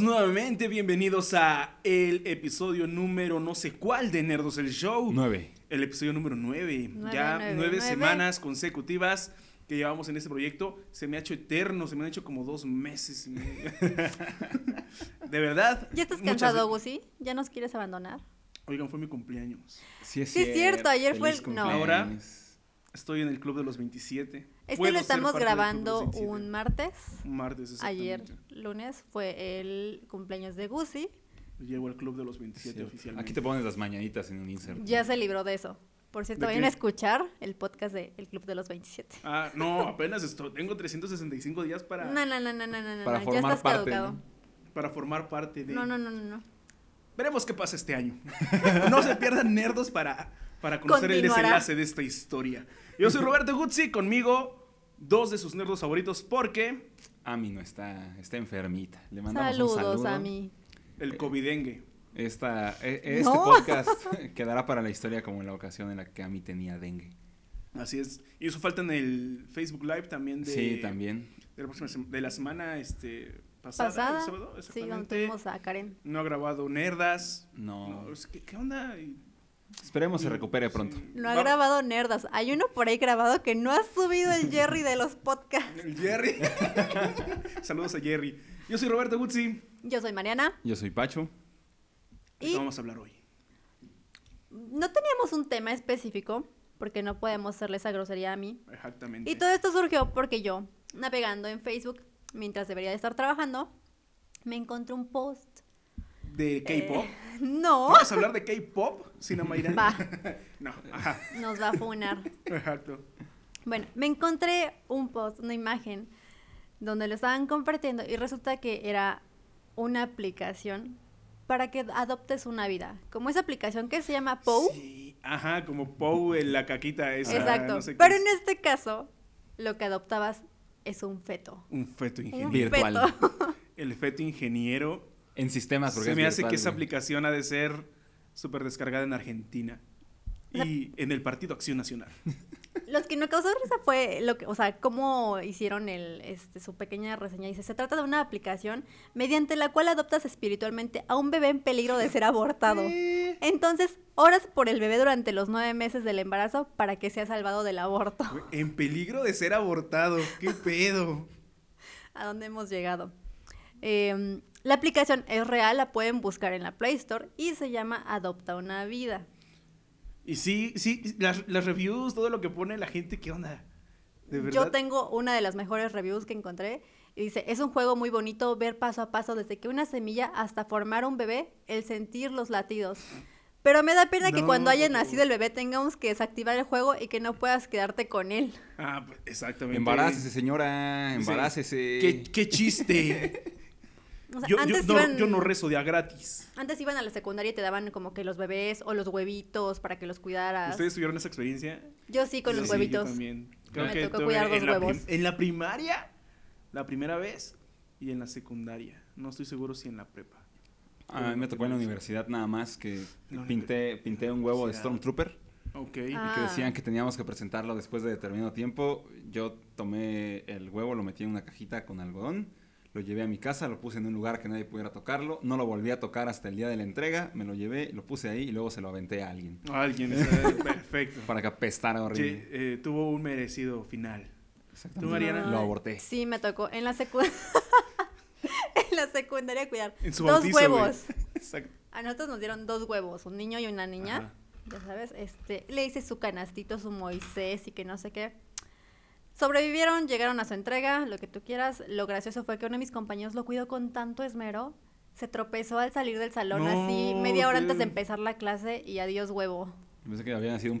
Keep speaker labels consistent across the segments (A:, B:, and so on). A: nuevamente, bienvenidos a el episodio número no sé cuál de Nerdos el Show.
B: Nueve.
A: El episodio número 9.
C: Nueve,
A: ya
C: nueve,
A: nueve
C: nueve.
A: semanas consecutivas que llevamos en este proyecto. Se me ha hecho eterno, se me han hecho como dos meses. y medio. de verdad.
C: ¿Ya estás
A: muchas
C: cansado,
A: gra-
C: Gusi? ¿Ya nos quieres abandonar?
A: Oigan, fue mi cumpleaños.
B: Sí, es
C: Sí, es cierto, ayer fue el- no.
A: Ahora-
B: cumpleaños.
A: Estoy en el club de los 27.
C: Este
A: Puedo
C: lo
A: ser
C: estamos
A: parte del club de los
C: grabando
A: 27.
C: un martes.
A: martes.
C: Ayer,
A: exactamente.
C: lunes, fue el cumpleaños de Gusi.
A: Llego al club de los 27
B: Cierto.
A: oficialmente.
B: Aquí te pones las mañanitas en un insert.
C: Ya se libró de eso. Por cierto,
A: ¿De
C: vayan
A: qué?
C: a escuchar el podcast de El Club de los 27.
A: Ah, no, apenas esto, tengo 365 días para,
C: No, no, no, no, no, no,
B: Para
C: no, ya
B: formar
C: estás
B: parte.
C: caducado.
B: ¿no?
A: para formar parte de...
C: No, no, no, no, no.
A: Veremos qué pasa este año. no se pierdan nerdos para, para conocer el
C: Continuará.
A: desenlace de esta historia. Yo soy Roberto Guzzi, conmigo dos de sus nerdos favoritos porque
B: Ami no está, está enfermita. Le mandamos un
C: Saludos
B: saludo.
C: a mí.
A: el covidengue.
B: Esta, e- este
C: No.
B: podcast quedará para la historia como la ocasión en la que Ami tenía dengue.
A: Así es. Y eso falta en el Facebook Live también de,
B: Sí, también.
A: de la, próxima sem- de la semana este, pasada. el
C: Pasada,
A: sábado,
C: sí, cuando
A: exactamente.
C: tuvimos a Karen.
A: no ha grabado nerdas.
B: No.
A: No, es que- ¿Qué onda? Y-
B: Esperemos se recupere pronto.
A: Sí.
C: No ha
A: Va-
C: grabado nerdas. Hay uno por ahí grabado que no ha subido el Jerry de los podcasts.
A: El Jerry. Saludos a Jerry. Yo soy Roberto Guzzi.
C: Yo soy Mariana.
B: Yo soy Pacho.
A: ¿De qué
C: Y-
A: vamos a hablar hoy?
C: No teníamos un tema específico porque no podemos hacerle esa grosería a mí.
A: Exactamente.
C: Y todo esto surgió porque yo, navegando en Facebook, mientras debería de estar trabajando, me encontré un post.
A: ¿De K-pop?
C: Eh, No,
A: ¿Vamos a hablar de K-pop, Sina Mayrana?
C: Va.
A: no. Ajá.
C: nos va a funar.
A: Exacto.
C: Bueno, me encontré un post, una imagen, donde lo estaban compartiendo y resulta que era una aplicación para que adoptes una vida. Como esa aplicación que se llama Pou.
A: Sí. Ajá, como Pou en la caquita esa.
C: Exacto.
A: no sé qué
C: Pero
A: es.
C: en este caso, lo que adoptabas es un feto.
A: Un feto ingeniero.
C: Un
B: Virtual.
C: feto.
A: El feto ingeniero.
B: En sistemas, porque
A: Se
B: es
A: me hace
B: virtual,
A: que esa
B: güey.
A: aplicación ha de ser súper descargada en Argentina.
C: La-
A: Y en el Partido Acción Nacional.
C: Los que no causó risa fue lo que, o sea, cómo hicieron el, este, su pequeña reseña. Dice, se trata de una aplicación mediante la cual adoptas espiritualmente a un bebé en peligro de ser abortado.
A: Eh,
C: Entonces, oras por el bebé durante los nueve meses del embarazo para que sea salvado del aborto.
A: güey, En peligro de ser abortado. ¿Qué pedo?
C: ¿A dónde hemos llegado? Eh, la aplicación es real, la pueden buscar en la Play Store y se llama Adopta una vida.
A: Y sí, sí, las, las reviews, todo lo que pone la gente, ¿qué onda? De verdad.
C: Yo tengo una de las mejores reviews que encontré. Y dice, es un juego muy bonito ver paso a paso desde que una semilla hasta formar un bebé, el sentir los latidos. Pero me da pena que cuando haya
A: No.
C: nacido el bebé tengamos que desactivar el juego y que no puedas quedarte con él.
A: Ah, pues, exactamente.
B: Embarácese, señora.
A: Dice,
B: Embarácese.
A: ¿Qué, qué chiste?
C: O sea,
A: yo, yo
C: antes,
A: no,
C: iban,
A: yo no rezo de a gratis.
C: antes iban a la secundaria y te daban como que los bebés o los huevitos para que los cuidaras.
A: ¿Ustedes tuvieron esa experiencia?
C: Yo sí con los
A: Sí, yo
C: huevitos.
A: también.
C: Me tocó
A: tuve
C: cuidar los
A: en la prim-
C: huevos.
A: en la primaria, la primera vez, y en la secundaria. No estoy seguro si en la prepa.
B: A
C: Ah,
B: mí me tocó en la universidad nada más que
A: La
B: pinté, pinté un huevo de
A: universidad.
B: Stormtrooper.
A: Ok.
C: Ah.
B: y que decían que teníamos que presentarlo después de determinado tiempo. Yo tomé el huevo, lo metí en una cajita con algodón, lo llevé a mi casa, lo puse en un lugar que nadie pudiera tocarlo, no lo volví a tocar hasta el día de la entrega, me lo llevé, lo puse ahí y luego se lo aventé a alguien
A: Alguien, eh, perfecto.
B: para que apestara
A: Che,
B: horrible.
A: eh, tuvo un merecido final.
B: Exactamente.
A: ¿Tú, Mariana?
B: Lo aborté.
C: Sí, me tocó en la secundaria. en la secundaria cuidar
A: En su
C: dos
A: bautizo, güey.
C: huevos.
A: Exacto.
C: A nosotros nos dieron dos huevos, un niño y una niña.
A: Ajá.
C: Ya sabes, este, le hice su canastito, su Moisés y que no sé qué. Sobrevivieron, llegaron a su entrega, lo que tú quieras. Lo gracioso fue que uno de mis compañeros lo cuidó con tanto esmero. Se tropezó al salir del salón
A: No,
C: así media hora
A: qué-
C: antes de empezar la clase y adiós huevo.
B: Pensé que había nacido un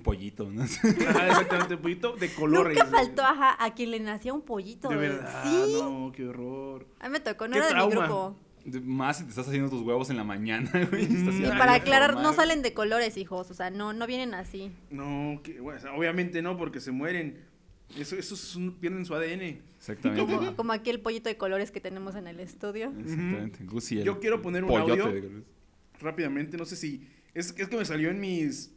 B: pollito, ¿no?
A: Ajá, exactamente, un poquito de color.
C: Nunca
A: eh,
C: faltó ajá, a quien le nacía un pollito.
A: De
C: güey.
A: verdad,
C: Sí.
A: no, qué horror.
C: A mí me tocó, no
A: Qué
C: era de mi
A: trauma.
C: grupo.
B: De- Más si te estás haciendo tus huevos en la mañana, güey. estás
C: Mm. Y
B: haciendo
C: para
B: algo
C: aclarar, no
B: normal.
C: salen de colores, hijos. O sea, no, no vienen así.
A: No, que, bueno, o sea, obviamente no, porque se mueren. Eso, eso es un- pierden su ADN.
B: Exactamente.
C: Como, como aquí el pollito de colores que tenemos en el estudio.
B: Exactamente. Gus y el
A: Yo quiero poner un
B: pollote
A: audio.
B: de Gus.
A: Rápidamente, no sé si. Es, es que me salió en mis.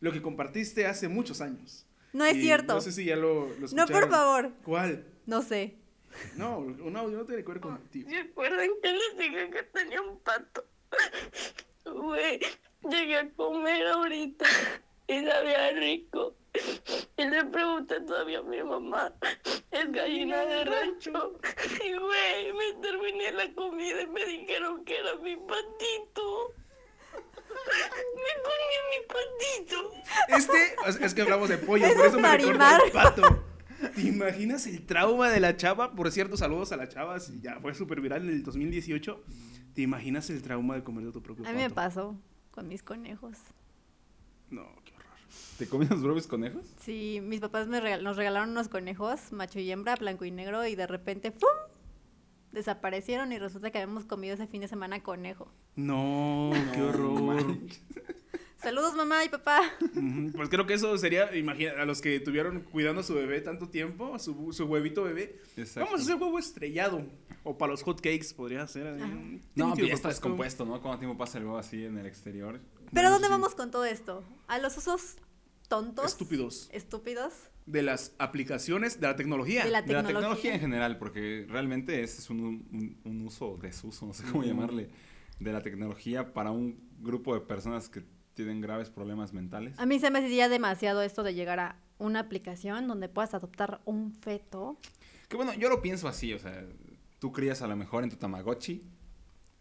A: Lo que compartiste hace muchos años.
C: No es
A: Y
C: cierto.
A: No sé si ya lo, lo
C: No, por
A: escucharon.
C: favor.
A: ¿Cuál?
C: No sé.
A: No, no, yo no tengo que ver contigo.
D: ¿Se acuerdan que les dije que tenía un pato? Güey, llegué a comer ahorita y sabía rico. Y le pregunté todavía a mi mamá, es gallina de rancho. Y güey, me terminé la comida y me dijeron que era mi patito. Me comí a mi patito.
A: Este, es, es que hablamos de pollo,
C: Es
A: por eso
C: un
A: me recuerdo
C: marimar.
A: al pato. ¿Te imaginas el trauma de la chava? Por cierto, saludos a la chava, si ya fue súper viral en el 2018. ¿Te imaginas el trauma de comer de tu propio
C: A mí me
A: pato?
C: pasó con mis conejos.
A: No, qué horror.
B: ¿Te comías los propios conejos?
C: Sí, mis papás me regal- nos regalaron unos conejos, macho y hembra, blanco y negro, y de repente ¡pum! desaparecieron y resulta que habíamos comido ese fin de semana conejo.
A: No, qué
B: No
A: horror.
B: manches.
C: Saludos mamá y papá.
A: Ujú, Pues creo que eso sería, imagina, a los que tuvieron cuidando a su bebé tanto tiempo, su, su huevito bebé.
B: Exacto.
A: Vamos a hacer huevo estrellado. O para los hot cakes podría ser. ahí,
C: Ajá.
A: un
B: No,
A: tintido
B: pero ya
A: refresco.
B: está descompuesto, ¿no? ¿Cuánto tiempo pasa el huevo así en el exterior?
C: Pero ¿a dónde
B: Sí.
C: vamos con todo esto? ¿A los usos tontos?
A: Estúpidos.
C: Estúpidos.
A: De las aplicaciones, de la tecnología.
C: De la
B: De la
C: tecnología.
B: tecnología en general, porque realmente ese es un, un, un uso o desuso, no sé cómo llamarle, de la tecnología para un grupo de personas que tienen graves problemas mentales.
C: A mí se me hacía demasiado esto de llegar a una aplicación donde puedas adoptar un feto.
B: Que bueno, yo lo pienso así, o sea, tú crías a lo mejor en tu Tamagotchi,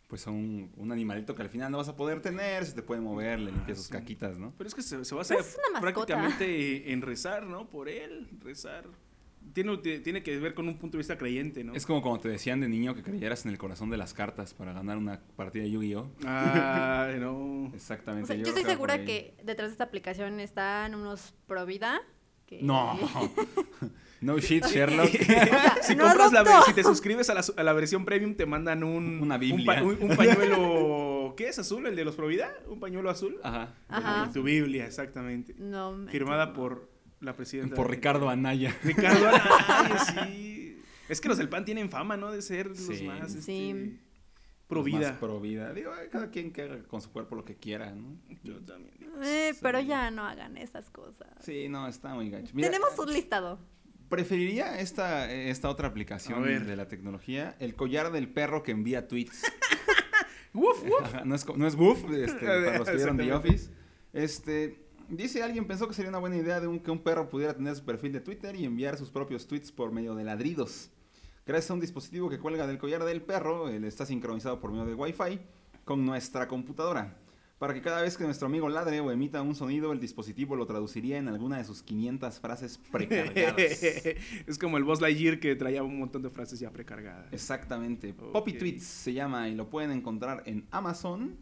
B: pues a un, un animalito que al final no vas a poder tener, se te puede mover, le limpias sus
A: sí.
B: caquitas, ¿no?
A: Pero es que se, se va a hacer
C: Pero Pues es una mascota.
A: prácticamente en rezar, ¿no? Por él, rezar. Tiene, tie- tiene que ver con un punto de vista creyente, ¿no?
B: Es como cuando te decían de niño que creyeras en el corazón de las cartas para ganar una partida de Yu-Gi-Oh.
A: Ay, no.
B: Exactamente.
C: O sea, yo,
B: creo
C: estoy
B: va por
C: segura
B: ahí.
C: que detrás de esta aplicación están unos pro vida. Que...
B: No. No shit, Sherlock.
A: si,
C: no
A: compras la,
C: adoptó.
A: si te suscribes a la, su- a la versión premium, te mandan un...
B: Una
A: un
B: Biblia.
A: pa- Un, un pañuelo... ¿Qué es azul? ¿El de los Provida? ¿Un pañuelo azul?
B: Ajá.
C: Ajá.
A: Y tu Biblia, exactamente.
C: No, me-
A: Firmada por la presidenta.
B: Por
A: de-
B: Ricardo Anaya.
A: Ricardo Anaya, sí. Es que los del PAN tienen fama, ¿no? De ser los
B: Sí.
A: más... Este,
C: Sí.
A: Pro vida.
B: Más Pro vida. Digo, ay, cada quien que haga con su cuerpo lo que quiera, ¿no?
A: Yo también. digo.
C: Eh, pero
B: Sí.
C: ya no hagan esas cosas.
B: Sí, no, está muy gacho. Mira,
C: Tenemos un listado.
B: Preferiría esta, eh, esta otra
A: A
B: aplicación
A: ver.
B: de la tecnología, el collar del perro que envía tweets.
A: Uf, uf.
B: Ajá, no es, co- no es woof, este, para los que vieron The
A: Exactamente.
B: Office. Este, dice alguien pensó que sería una buena idea de un, que un perro pudiera tener su perfil de Twitter y enviar sus propios tweets por medio de ladridos. Gracias a un dispositivo que cuelga del collar del perro, él está sincronizado por medio de Wi-Fi con nuestra computadora. Para que cada vez que nuestro amigo ladre o emita un sonido, el dispositivo lo traduciría en alguna de sus 500 frases precargadas.
A: es como el Boss Lightyear que traía un montón de frases ya precargadas.
B: Exactamente. Poppy
A: Ok.
B: Tweets se llama y lo pueden encontrar en Amazon.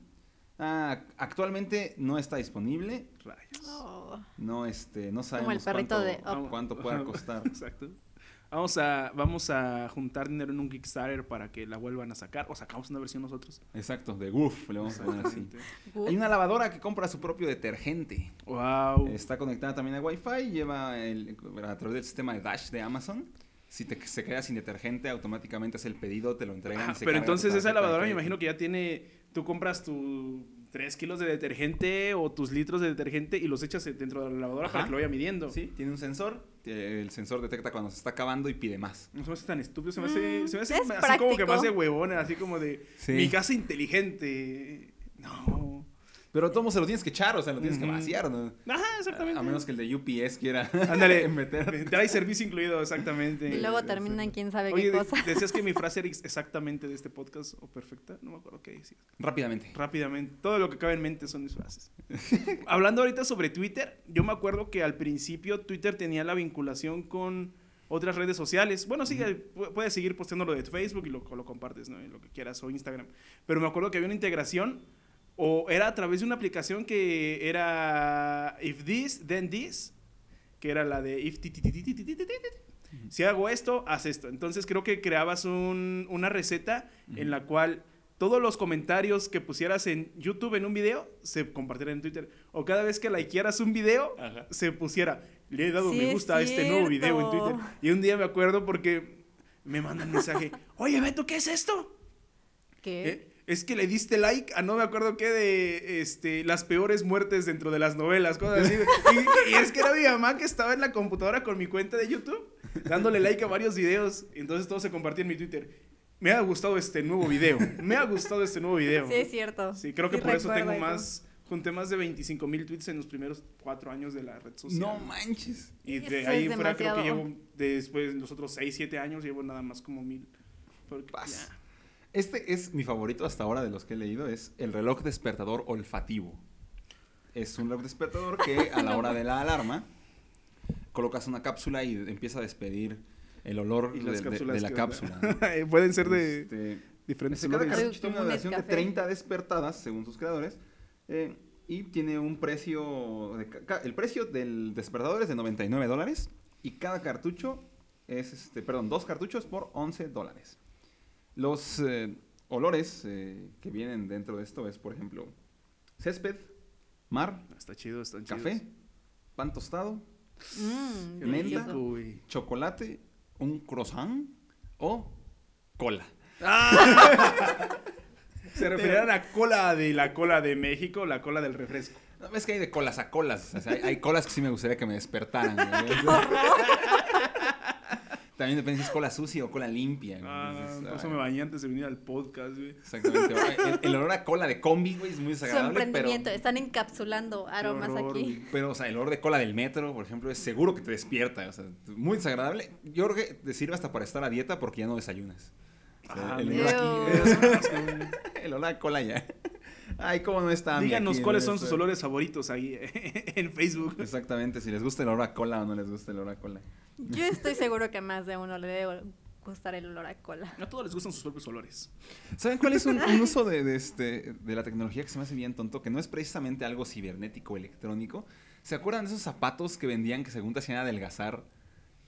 B: Ah, actualmente no está disponible.
A: Rayos.
C: Oh.
B: No, este, no sabemos
C: el perrito
B: cuánto,
C: de
A: Up.
B: cuánto pueda costar.
A: Exacto. Vamos a, vamos a juntar dinero en un Kickstarter para que la vuelvan a sacar. O sacamos una versión nosotros.
B: Exacto, de goof, le vamos a poner así.
A: Exactamente.
C: Good.
B: Hay una lavadora que compra su propio detergente.
A: Wow.
B: Está conectada también a Wi-Fi, lleva el- a través del sistema de Dash de Amazon. Si te, se queda sin detergente, automáticamente es el pedido, te lo entregan.
A: Ah,
B: y se
A: pero
B: carga tu
A: entonces esa
B: tarjeta de
A: lavadora me
B: crédito.
A: imagino que ya tiene. Tú compras tu 3 kilos de detergente o tus litros de detergente y los echas dentro de la lavadora
B: Ajá.
A: para que lo vaya midiendo.
B: Sí, tiene un sensor. eh, El sensor detecta cuando se está acabando y pide más.
A: No se me hace tan estúpido, se me hace,
C: Mm,
A: se me hace
C: es
A: así como que
C: práctico.
A: más de huevona, así como de
B: Sí.
A: mi casa inteligente. No.
B: Pero tomo se lo tienes que echar, o sea, lo tienes que
A: Ujú.
B: vaciar. ¿no?
A: Ajá, exactamente.
B: A menos que el de UPS quiera
A: Ándale,
B: meter.
A: trae servicio incluido, exactamente.
C: Y luego terminan quién sabe
A: Oye,
C: qué
A: de-
C: cosa.
A: decías que mi frase era ex- exactamente de este podcast o perfecta, no me acuerdo qué decías.
B: Rápidamente.
A: Rápidamente, todo lo que cabe en mente son mis frases. Hablando ahorita sobre Twitter, yo me acuerdo que al principio Twitter tenía la vinculación con otras redes sociales. Bueno, sí, pu- puedes seguir posteando lo de Facebook y lo, lo compartes, ¿no? Y lo que quieras, o Instagram. Pero me acuerdo que había una integración, o era a través de una aplicación que era If This, Then This, que era la de If... ti, ti, ti, ti, ti, ti, ti, ti, ti, ti. Si hago esto, haz esto. Entonces creo que creabas un- una receta en la cual todos los comentarios que pusieras en YouTube en un video se compartieran en Twitter. O cada vez que likearas un video, se pusiera, le he dado
C: Sí,
A: me
C: es
A: gusta a este nuevo video en
C: cierto.
A: Twitter. Y un día me acuerdo porque me mandan mensaje, oye Beto, ¿qué es esto?
C: ¿Qué?
A: ¿Eh? Es que le diste like a no me acuerdo qué de este, las peores muertes dentro de las novelas, cosas así. Y, y es que era mi mamá que estaba en la computadora con mi cuenta de YouTube dándole like a varios videos. Entonces todo se compartía en mi Twitter. Me ha gustado este nuevo video. Me ha gustado este nuevo video.
C: Sí, es cierto.
A: Sí, creo que
C: Sí
A: por eso
C: recuerdo
A: tengo
C: eso.
A: más. Junté más de 25 mil tweets en los primeros cuatro años de la red social.
B: No manches.
A: Y
C: Eso
A: de
C: es
A: ahí en fuera creo que
C: demasiado.
A: llevo, después de los otros 6, 7 años, llevo nada más como mil. Porque
B: Vas.
A: ya.
B: Este es mi favorito hasta ahora de los que he leído, es el reloj despertador olfativo. Es un reloj despertador que a la hora de la alarma colocas una cápsula y empieza a despedir el olor
A: Y
B: de,
A: las
B: de- de
A: cápsulas
B: la
A: que-
B: cápsula. ¿no?
A: Pueden ser de
B: Este,
A: diferentes
B: Este, cada
A: olores.
B: cartucho tiene una
C: Un
B: duración de
C: Nescafé.
B: 30 despertadas, según sus creadores. eh, y tiene un precio. de ca- ca- el precio del despertador es de 99 dólares. Y cada cartucho es. Este, perdón, dos cartuchos por 11 dólares. Los eh, olores eh, que vienen dentro de esto es, por ejemplo, césped, mar,
A: Está chido, están chidos.
B: café, pan tostado,
C: Mm,
A: Qué
B: Menta.
A: rico,
C: delicioso.
A: güey.
B: chocolate, un croissant o cola.
A: Se referían a cola de la cola de México, la cola del refresco.
B: No, ves que hay de colas a colas. O sea, hay, hay colas que sí me gustaría que me despertaran. güey. También depende si es cola sucia o cola limpia. güey.
A: Ah,
B: Entonces,
A: por
B: ay,
A: eso me bañé antes de venir al podcast, güey.
B: Exactamente. El, el olor a cola de combi, güey, es muy
C: Su
B: desagradable. Pero,
C: emprendimiento, están encapsulando aromas
A: horror,
C: aquí.
A: güey.
B: pero, o sea, el olor de cola del metro, por ejemplo, es seguro que te despierta. O sea, muy desagradable. Yo creo que te sirve hasta para estar a dieta porque ya no desayunas. O sea,
A: Ah,
B: el,
A: mira.
B: olor aquí-
C: Ew.
B: el olor a cola ya. Ay, cómo no está. mi
A: Díganos
B: aquí,
A: cuáles
B: no
A: son sus
B: está.
A: olores favoritos ahí en Facebook.
B: Exactamente, si les gusta el olor a cola o no les gusta el olor a cola.
C: Yo estoy seguro que a más de uno le debe gustar el olor a cola.
A: A todos les gustan sus propios olores.
B: ¿Saben cuál es un, un uso de, de este, de la tecnología que se me hace bien tonto? Que no es precisamente algo cibernético electrónico. ¿Se acuerdan de esos zapatos que vendían que según te hacían adelgazar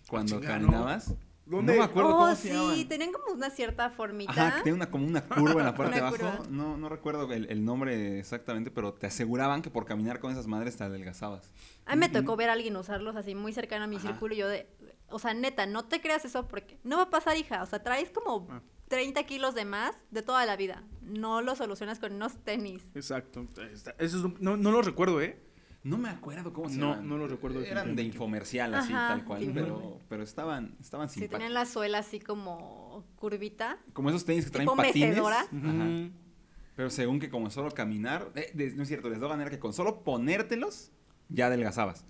B: cuando
A: chinga, ¿no?
B: caminabas?
A: ¿Dónde?
B: No me acuerdo
C: oh,
B: cómo se
C: sí,
B: llamaban.
C: tenían como una cierta formita.
B: Ajá, que tenía una, como una curva en la parte de
C: Una
B: abajo.
C: curva.
B: No, no recuerdo el, el nombre exactamente, pero te aseguraban que por caminar con esas madres te adelgazabas.
C: A mí me tocó ver a alguien usarlos así muy cercano a mi
B: Ajá.
C: círculo y yo de, o sea, neta, no te creas eso porque no va a pasar, hija. O sea, traes como
A: Ah.
C: 30 kilos de más de toda la vida. No lo solucionas con unos tenis.
A: Exacto. Está- Eso es un- no, no lo recuerdo, ¿eh?
B: No me acuerdo cómo se
A: No,
B: llamaban.
A: no lo recuerdo
B: Eran de
A: definitivamente.
B: infomercial, así,
C: Ajá,
B: tal cual,
C: sí.
B: pero, pero estaban, estaban
C: Si
B: simpáticos.
C: tenían la suela así como curvita.
B: Como esos tenis que traen
C: Tipo
B: patines.
C: mecedora.
B: Ajá. Pero según que con solo caminar, eh, de- no es cierto, les daba manera que con solo ponértelos ya adelgazabas.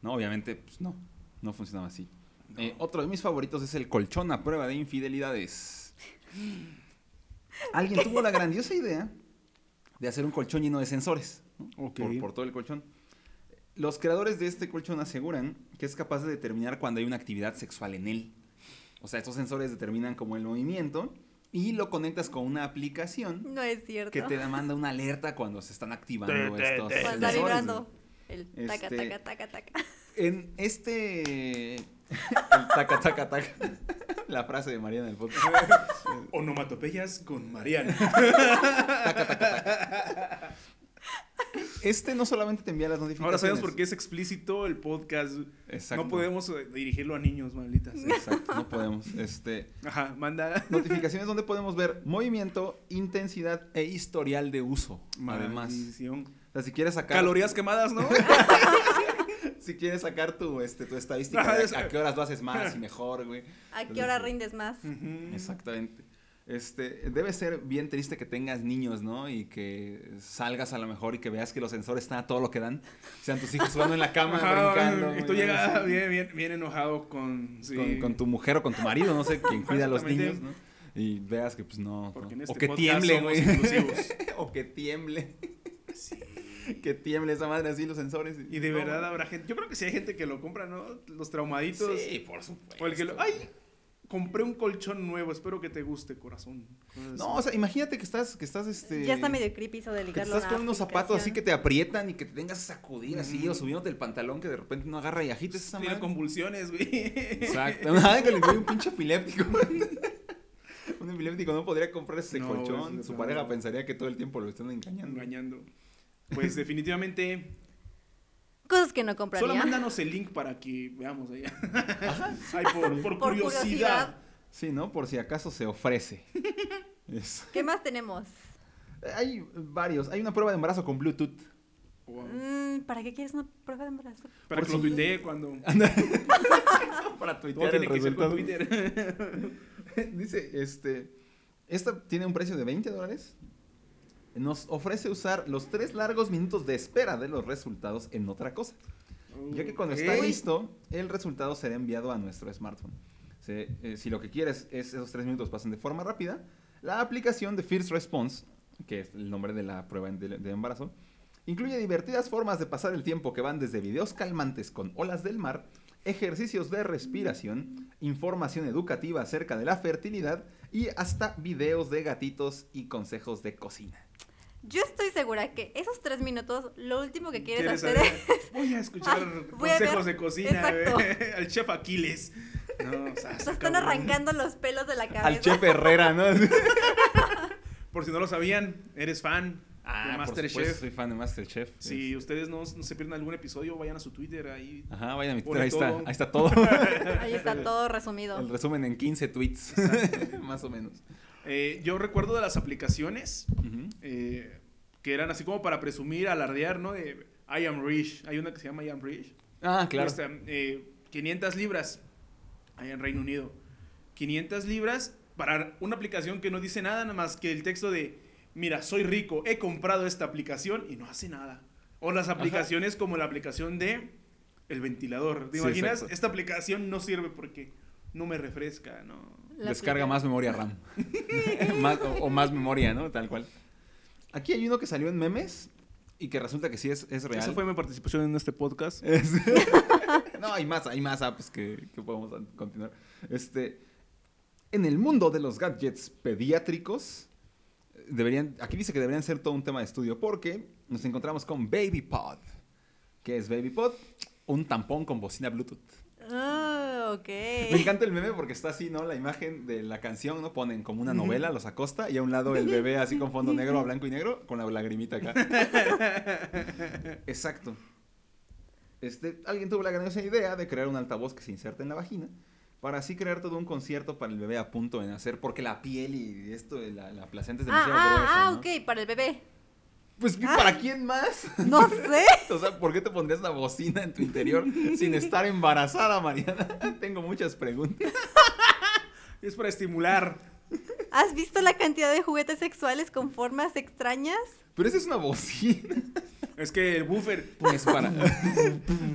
B: No, obviamente, pues no, no funcionaba así. Eh, otro de mis favoritos es el colchón a prueba de infidelidades. Alguien tuvo la grandiosa idea de hacer un colchón lleno de sensores ¿no?
A: Ok.
B: por, por todo el colchón. Los creadores de este colchón aseguran que es capaz de determinar cuando hay una actividad sexual en él. O sea, estos sensores determinan como el movimiento y lo conectas con una aplicación
C: No es cierto.
B: que te da- manda una alerta cuando se están activando
A: Te, te,
B: estos
A: te.
C: Cuando
B: sensores.
C: está vibrando. El taca,
B: Este-
C: taca, taca, taca.
B: En este el taca taca taca. La frase de Mariana del podcast.
A: Onomatopeyas con Mariana.
B: Este no solamente te envía las
A: Ahora
B: notificaciones.
A: sabemos por qué es explícito el podcast.
B: Exacto.
A: No podemos eh, dirigirlo a niños, malditas.
B: Exacto, no podemos. Este
A: Ajá, manda.
B: notificaciones donde podemos ver movimiento, intensidad e historial de uso. Además,
A: Maldición.
B: o sea, si quieres sacar
A: Calorías quemadas, ¿no?
B: si quieres sacar tu este tu estadística
A: Ajá,
B: de
A: eso.
B: a qué horas lo haces más y mejor, güey.
C: ¿A qué hora
B: Entonces,
C: rindes más?
A: Ujú.
B: Exactamente. Este, debe ser bien triste que tengas niños, ¿no? Y que salgas a lo mejor y que veas que los sensores están a todo lo que dan. Sean tus hijos jugando en la cama,
A: Ajá,
B: brincando.
A: y tú
B: güey,
A: llegas
B: así,
A: bien, bien, bien enojado con, sí.
B: con, con tu mujer o con tu marido, no sé, quien cuida a los
A: Exactamente.
B: niños, ¿no? Y veas que pues no.
A: Porque en
B: no.
A: este
B: o que
A: podcast
B: tiemble,
A: somos
B: güey.
A: inclusivos.
B: o que tiemble. que tiemble esa madre así los sensores.
A: Y de
B: No,
A: verdad habrá gente. Yo creo que sí hay gente que lo compra, ¿no? Los traumaditos.
B: Sí, por supuesto.
A: o el que lo. ¡Ay! Compré un colchón nuevo. Espero que te guste, corazón. Cosas
B: No, o sea, imagínate que estás, que estás este.
C: Ya está medio creepy eso de
B: Que te
C: ligarlo.
B: estás
C: a
B: con unos zapatos así
C: aplicación.
B: que te aprietan y que te tengas que sacudir así
A: Ujú.
B: o subiéndote el pantalón que de repente no agarra y agites esa
A: así. Tiene
B: madre.
A: convulsiones, güey.
B: Exacto. Nada, que le doy un pinche epiléptico. un epiléptico no podría comprar ese
A: No,
B: colchón.
A: güey,
B: Su
A: no.
B: pareja pensaría que todo el tiempo lo están engañando.
A: Engañando. Pues definitivamente.
C: Cosas que no compraría.
A: Solo mándanos el link para que veamos allá. Ay, por, por
C: Por
A: curiosidad.
C: curiosidad.
B: Sí, ¿no? Por si acaso se ofrece. Eso.
C: ¿Qué más tenemos?
B: Hay varios. Hay una prueba de embarazo con Bluetooth.
A: Wow.
B: Oh.
C: Mm, ¿Para qué quieres una prueba de embarazo?
A: Para
B: Por
A: que lo
B: si-
A: tuitee cuando.
B: Para
A: Todo
B: tuitear el
A: tiene que ser con
B: resultado.
A: Twitter.
B: Dice, este, esta tiene un precio de 20 dólares. Nos ofrece usar los tres largos minutos de espera de los resultados en otra cosa. Ya que cuando está
A: Ok.
B: listo, el resultado será enviado a nuestro smartphone. Se- eh, si lo que quieres es esos tres minutos pasen de forma rápida, la aplicación de First Response, que es el nombre de la prueba en- de, de embarazo, incluye divertidas formas de pasar el tiempo que van desde videos calmantes con olas del mar, ejercicios de respiración, información educativa acerca de la fertilidad y hasta videos de gatitos y consejos de cocina.
C: Yo estoy segura que esos tres minutos, lo último que quieres hacer
A: saber?
C: es...
A: Voy a escuchar
C: Ay, voy a ver.
A: consejos de cocina eh,
C: Exacto.
A: al chef Aquiles. No, o sea,
C: Se están
A: cabrón.
C: arrancando los pelos de la cabeza.
B: Al chef Herrera, ¿no?
A: Por si no lo sabían, eres fan
B: Ah,
A: de Masterchef.
B: soy fan de Masterchef.
A: Si ustedes no, no se pierden algún episodio, vayan a su Twitter ahí.
B: Ajá, vayan a mi
A: Pone
B: Twitter, ahí está,
A: todo.
B: ahí está todo.
C: Ahí está todo resumido.
B: El resumen en 15 tweets, más o menos.
A: Eh, yo recuerdo de las aplicaciones
B: Ujú.
A: eh, que eran así como para presumir, alardear, ¿no? De I am rich. Hay una que se llama I am rich.
B: Ah, claro.
A: Cuesta, eh, 500 libras allá en Reino Unido. 500 libras para una aplicación que no dice nada nada más que el texto de, mira, soy rico, he comprado esta aplicación y no hace nada. O las aplicaciones como la aplicación de el ventilador. ¿Te
B: Sí,
A: imaginas?
B: exacto.
A: Esta aplicación no sirve porque no me refresca, ¿no?
C: La
B: Descarga
C: aplica-
B: más memoria RAM. Más- o, o más memoria, ¿no? Tal cual. Aquí hay uno que salió en memes y que resulta que sí es, es real.
A: Esa fue mi participación en este podcast.
B: Es- no, hay más, hay más apps que, que podemos an- continuar. Este, en el mundo de los gadgets pediátricos, deberían, aquí dice que deberían ser todo un tema de estudio porque nos encontramos con Baby Pod. ¿Qué es Baby Pod? Un tampón con bocina Bluetooth.
C: Ah, ok.
B: Me encanta el meme porque está así, ¿no? La imagen de la canción, ¿no? Ponen como una novela, los acosta y a un lado el bebé así con fondo negro a blanco y negro con la lagrimita acá. Exacto. Este, alguien tuvo la grandiosa idea de crear un altavoz que se inserta en la vagina para así crear todo un concierto para el bebé a punto de nacer porque la piel y esto, de la, la placenta es
C: Ah,
B: demasiado
C: ah,
B: gruesa,
C: ah,
B: ¿no?
C: ok, para el bebé.
B: Pues, ¿y ¿para quién más?
C: No sé.
B: O sea, ¿por qué te pondrías la bocina en tu interior sin estar embarazada, Mariana? Tengo muchas preguntas.
A: Es para estimular.
C: ¿Has visto la cantidad de juguetes sexuales con formas extrañas?
B: Pero esa es una bocina.
A: Es que el buffer.
B: Pues para,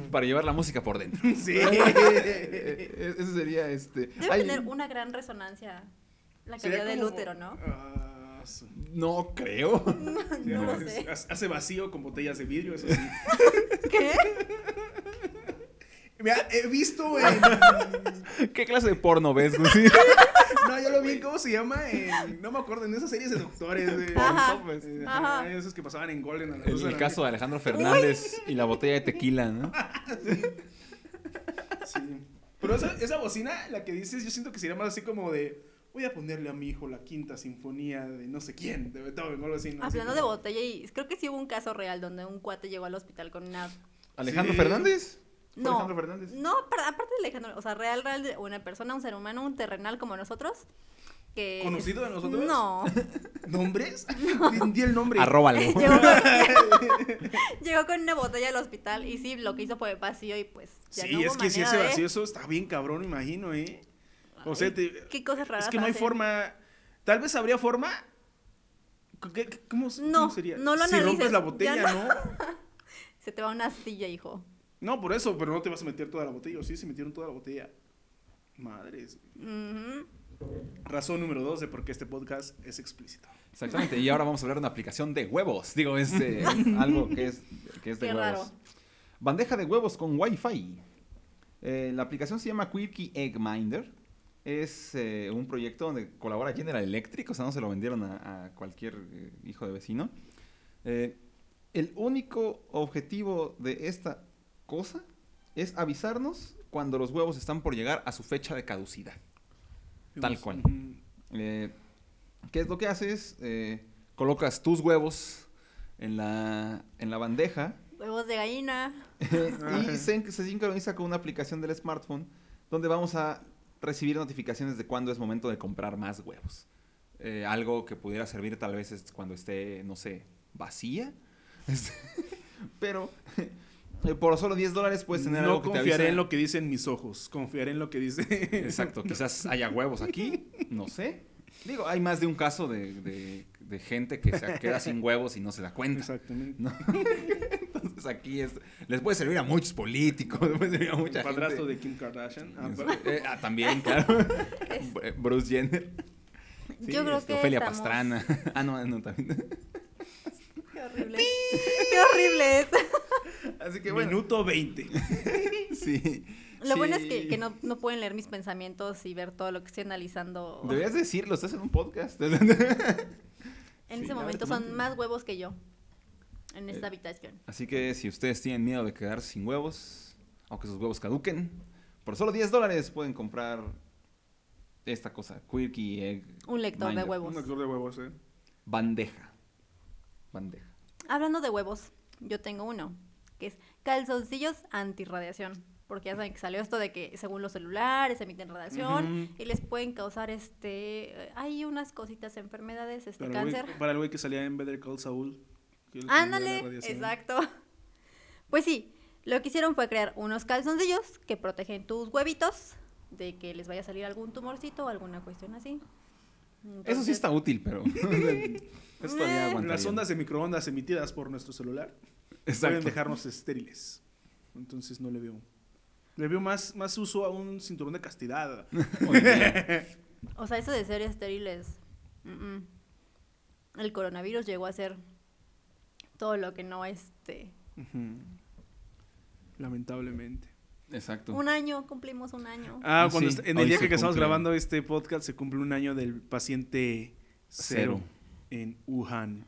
B: para llevar la música por dentro.
A: Sí.
B: E- Ese sería este.
C: Debe
B: Ay,
C: tener una gran resonancia la
A: Sería
C: calidad del
A: como-
C: útero, ¿no?
A: Ah, su-
B: No creo.
C: No lo sé.
A: Hace hace vacío con botellas de vidrio, eso sí.
C: ¿Qué?
A: Mira, he visto en.
B: ¿Qué clase de porno ves, Gusi?
A: No, yo lo vi, en- ¿cómo se llama? En- no me acuerdo, en esas series de doctores. De,
C: Ajá.
A: Eh,
C: Ajá.
A: ajá, Esos que pasaban en Golden. a las
B: El,
A: doce de
B: el
A: la
B: caso de Alejandro Fernández y la botella de tequila, ¿no?
A: noche. Sí. Pero esa, esa bocina, la que dices, yo siento que sería más así como de. Voy a ponerle a mi hijo la quinta sinfonía de no sé quién, de Beethoven o algo así. ¿no? Así
C: Hablando de
A: como-
C: botella, y creo que sí hubo un caso real donde un cuate llegó al hospital con una.
B: ¿Alejandro
A: Sí.
B: Fernández? ¿Fue
C: No.
B: Alejandro
A: Pues,
B: Fernández.
C: No, para- aparte de Alejandro, o sea, real, real, de una persona, un ser humano, un terrenal como nosotros. Que
A: ¿Conocido de nosotros?
C: No.
A: ¿Nombres? Di el nombre.
B: Arróbalo.
C: llegó, con, llegó con una botella al hospital y sí, lo que hizo fue vacío y pues. Ya
A: Sí,
C: no hubo
A: es que si
C: manera
A: ese
C: de-
A: vacío eso está bien cabrón, me imagino, ¿eh? O sea, te-
C: Qué cosas raras.
A: es que no hay
C: hacen.
A: forma. Tal vez habría forma. ¿Qué- qué- ¿Cómo, cómo
C: No,
A: sería?
C: no lo
A: Si rompes
C: analices,
A: la
C: ya
A: botella, ¿no?
C: Se te va una astilla, hijo.
A: No, por eso, pero no te vas a meter toda la botella. O sí, se metieron toda la botella. Madres.
C: Ujú.
A: Razón número dos de por qué este podcast es explícito.
B: Exactamente. Y ahora vamos a hablar de una aplicación de huevos. Digo, es eh, algo que es, que es de
C: Qué
B: huevos.
C: raro.
B: Bandeja de huevos con Wi-Fi. Eh, la aplicación se llama Quirky Egg Minder. Es eh, un proyecto donde colabora General Electric, o sea, no se lo vendieron a, a cualquier eh, hijo de vecino. Eh, el único objetivo de esta cosa es avisarnos cuando los huevos están por llegar a su fecha de caducidad. Tal cual.
A: Ujú.
B: Eh, ¿Qué es lo que haces? Eh, colocas tus huevos en la, en la bandeja
C: Huevos de gallina.
A: Ah.
B: y se, se sincroniza con una aplicación del smartphone donde vamos a recibir notificaciones de cuándo es momento de comprar más huevos. Eh, algo que pudiera servir tal vez es cuando esté, no sé, vacía. Este, Pero eh, por solo 10 dólares puedes tener
A: no
B: algo que te
A: confiaré
B: avisa.
A: en lo que dicen mis ojos, confiaré en lo que dice.
B: Exacto, quizás haya huevos aquí, no sé. Digo, hay más de un caso de, de- de gente que se queda sin huevos y no se da cuenta.
A: Exactamente.
B: ¿no? Entonces aquí es, les puede servir a muchos políticos, les puede servir a
A: Un
B: mucha
A: padrastro
B: gente.
A: de Kim Kardashian. Ah,
B: Es-
A: pa-
B: eh, ah, también, claro. Eh, Bruce Jenner. Sí,
C: Yo creo
B: este,
C: que
B: Ofelia
C: estamos-
B: Pastrana. Ah, no, no, también.
C: Qué horrible. Qué horrible es.
B: Así que bueno.
A: Minuto 20.
B: Sí.
C: Lo
B: sí.
C: bueno es que, que no, no pueden leer mis pensamientos y ver todo lo que estoy analizando.
B: Deberías decirlo, estás en un podcast.
C: en
B: sí,
C: ese momento son
B: básicamente.
C: más huevos que yo en esta
B: Eh,
C: habitación.
B: Así que si ustedes tienen miedo de quedarse sin huevos, o que sus huevos caduquen, por solo 10 dólares pueden comprar esta cosa, Quirky Egg
C: Un lector de
B: Minder.
C: huevos.
A: Un actor de huevos, eh.
B: Bandeja. Bandeja.
C: Hablando de huevos, yo tengo uno, que es calzoncillos antirradiación. Porque ya saben que salió esto de que según los celulares emiten radiación
A: Ujú.
C: y les pueden causar este. eh, Hay unas cositas, enfermedades,
A: Para
C: este
A: el,
C: cáncer.
A: güey, para el güey que salía en Better Call Saul. que él tenía la
C: Ándale,
A: radiación.
C: exacto. Pues sí, lo que hicieron fue crear unos calzoncillos que protegen tus huevitos de que les vaya a salir algún tumorcito o alguna cuestión así.
B: Eso sí
C: Entonces, eh,
B: está útil, pero. Eso todavía aguantaría.
A: Las ondas de microondas emitidas por nuestro celular
B: Exacto.
A: pueden dejarnos estériles. Entonces no le veo. Le veo más, más uso a un cinturón de castidad.
C: O sea, eso de ser estériles. mm, mm. El coronavirus llegó a ser todo lo que no este.
A: Ujú. Lamentablemente.
B: Exacto.
C: Un año, cumplimos un año.
A: Ah,
B: Sí,
A: cuando est- en
B: hoy
A: el día
B: se
A: que, estamos
B: cumple.
A: grabando este podcast se cumple un año del paciente cero,
B: Cero.
A: en Wuhan.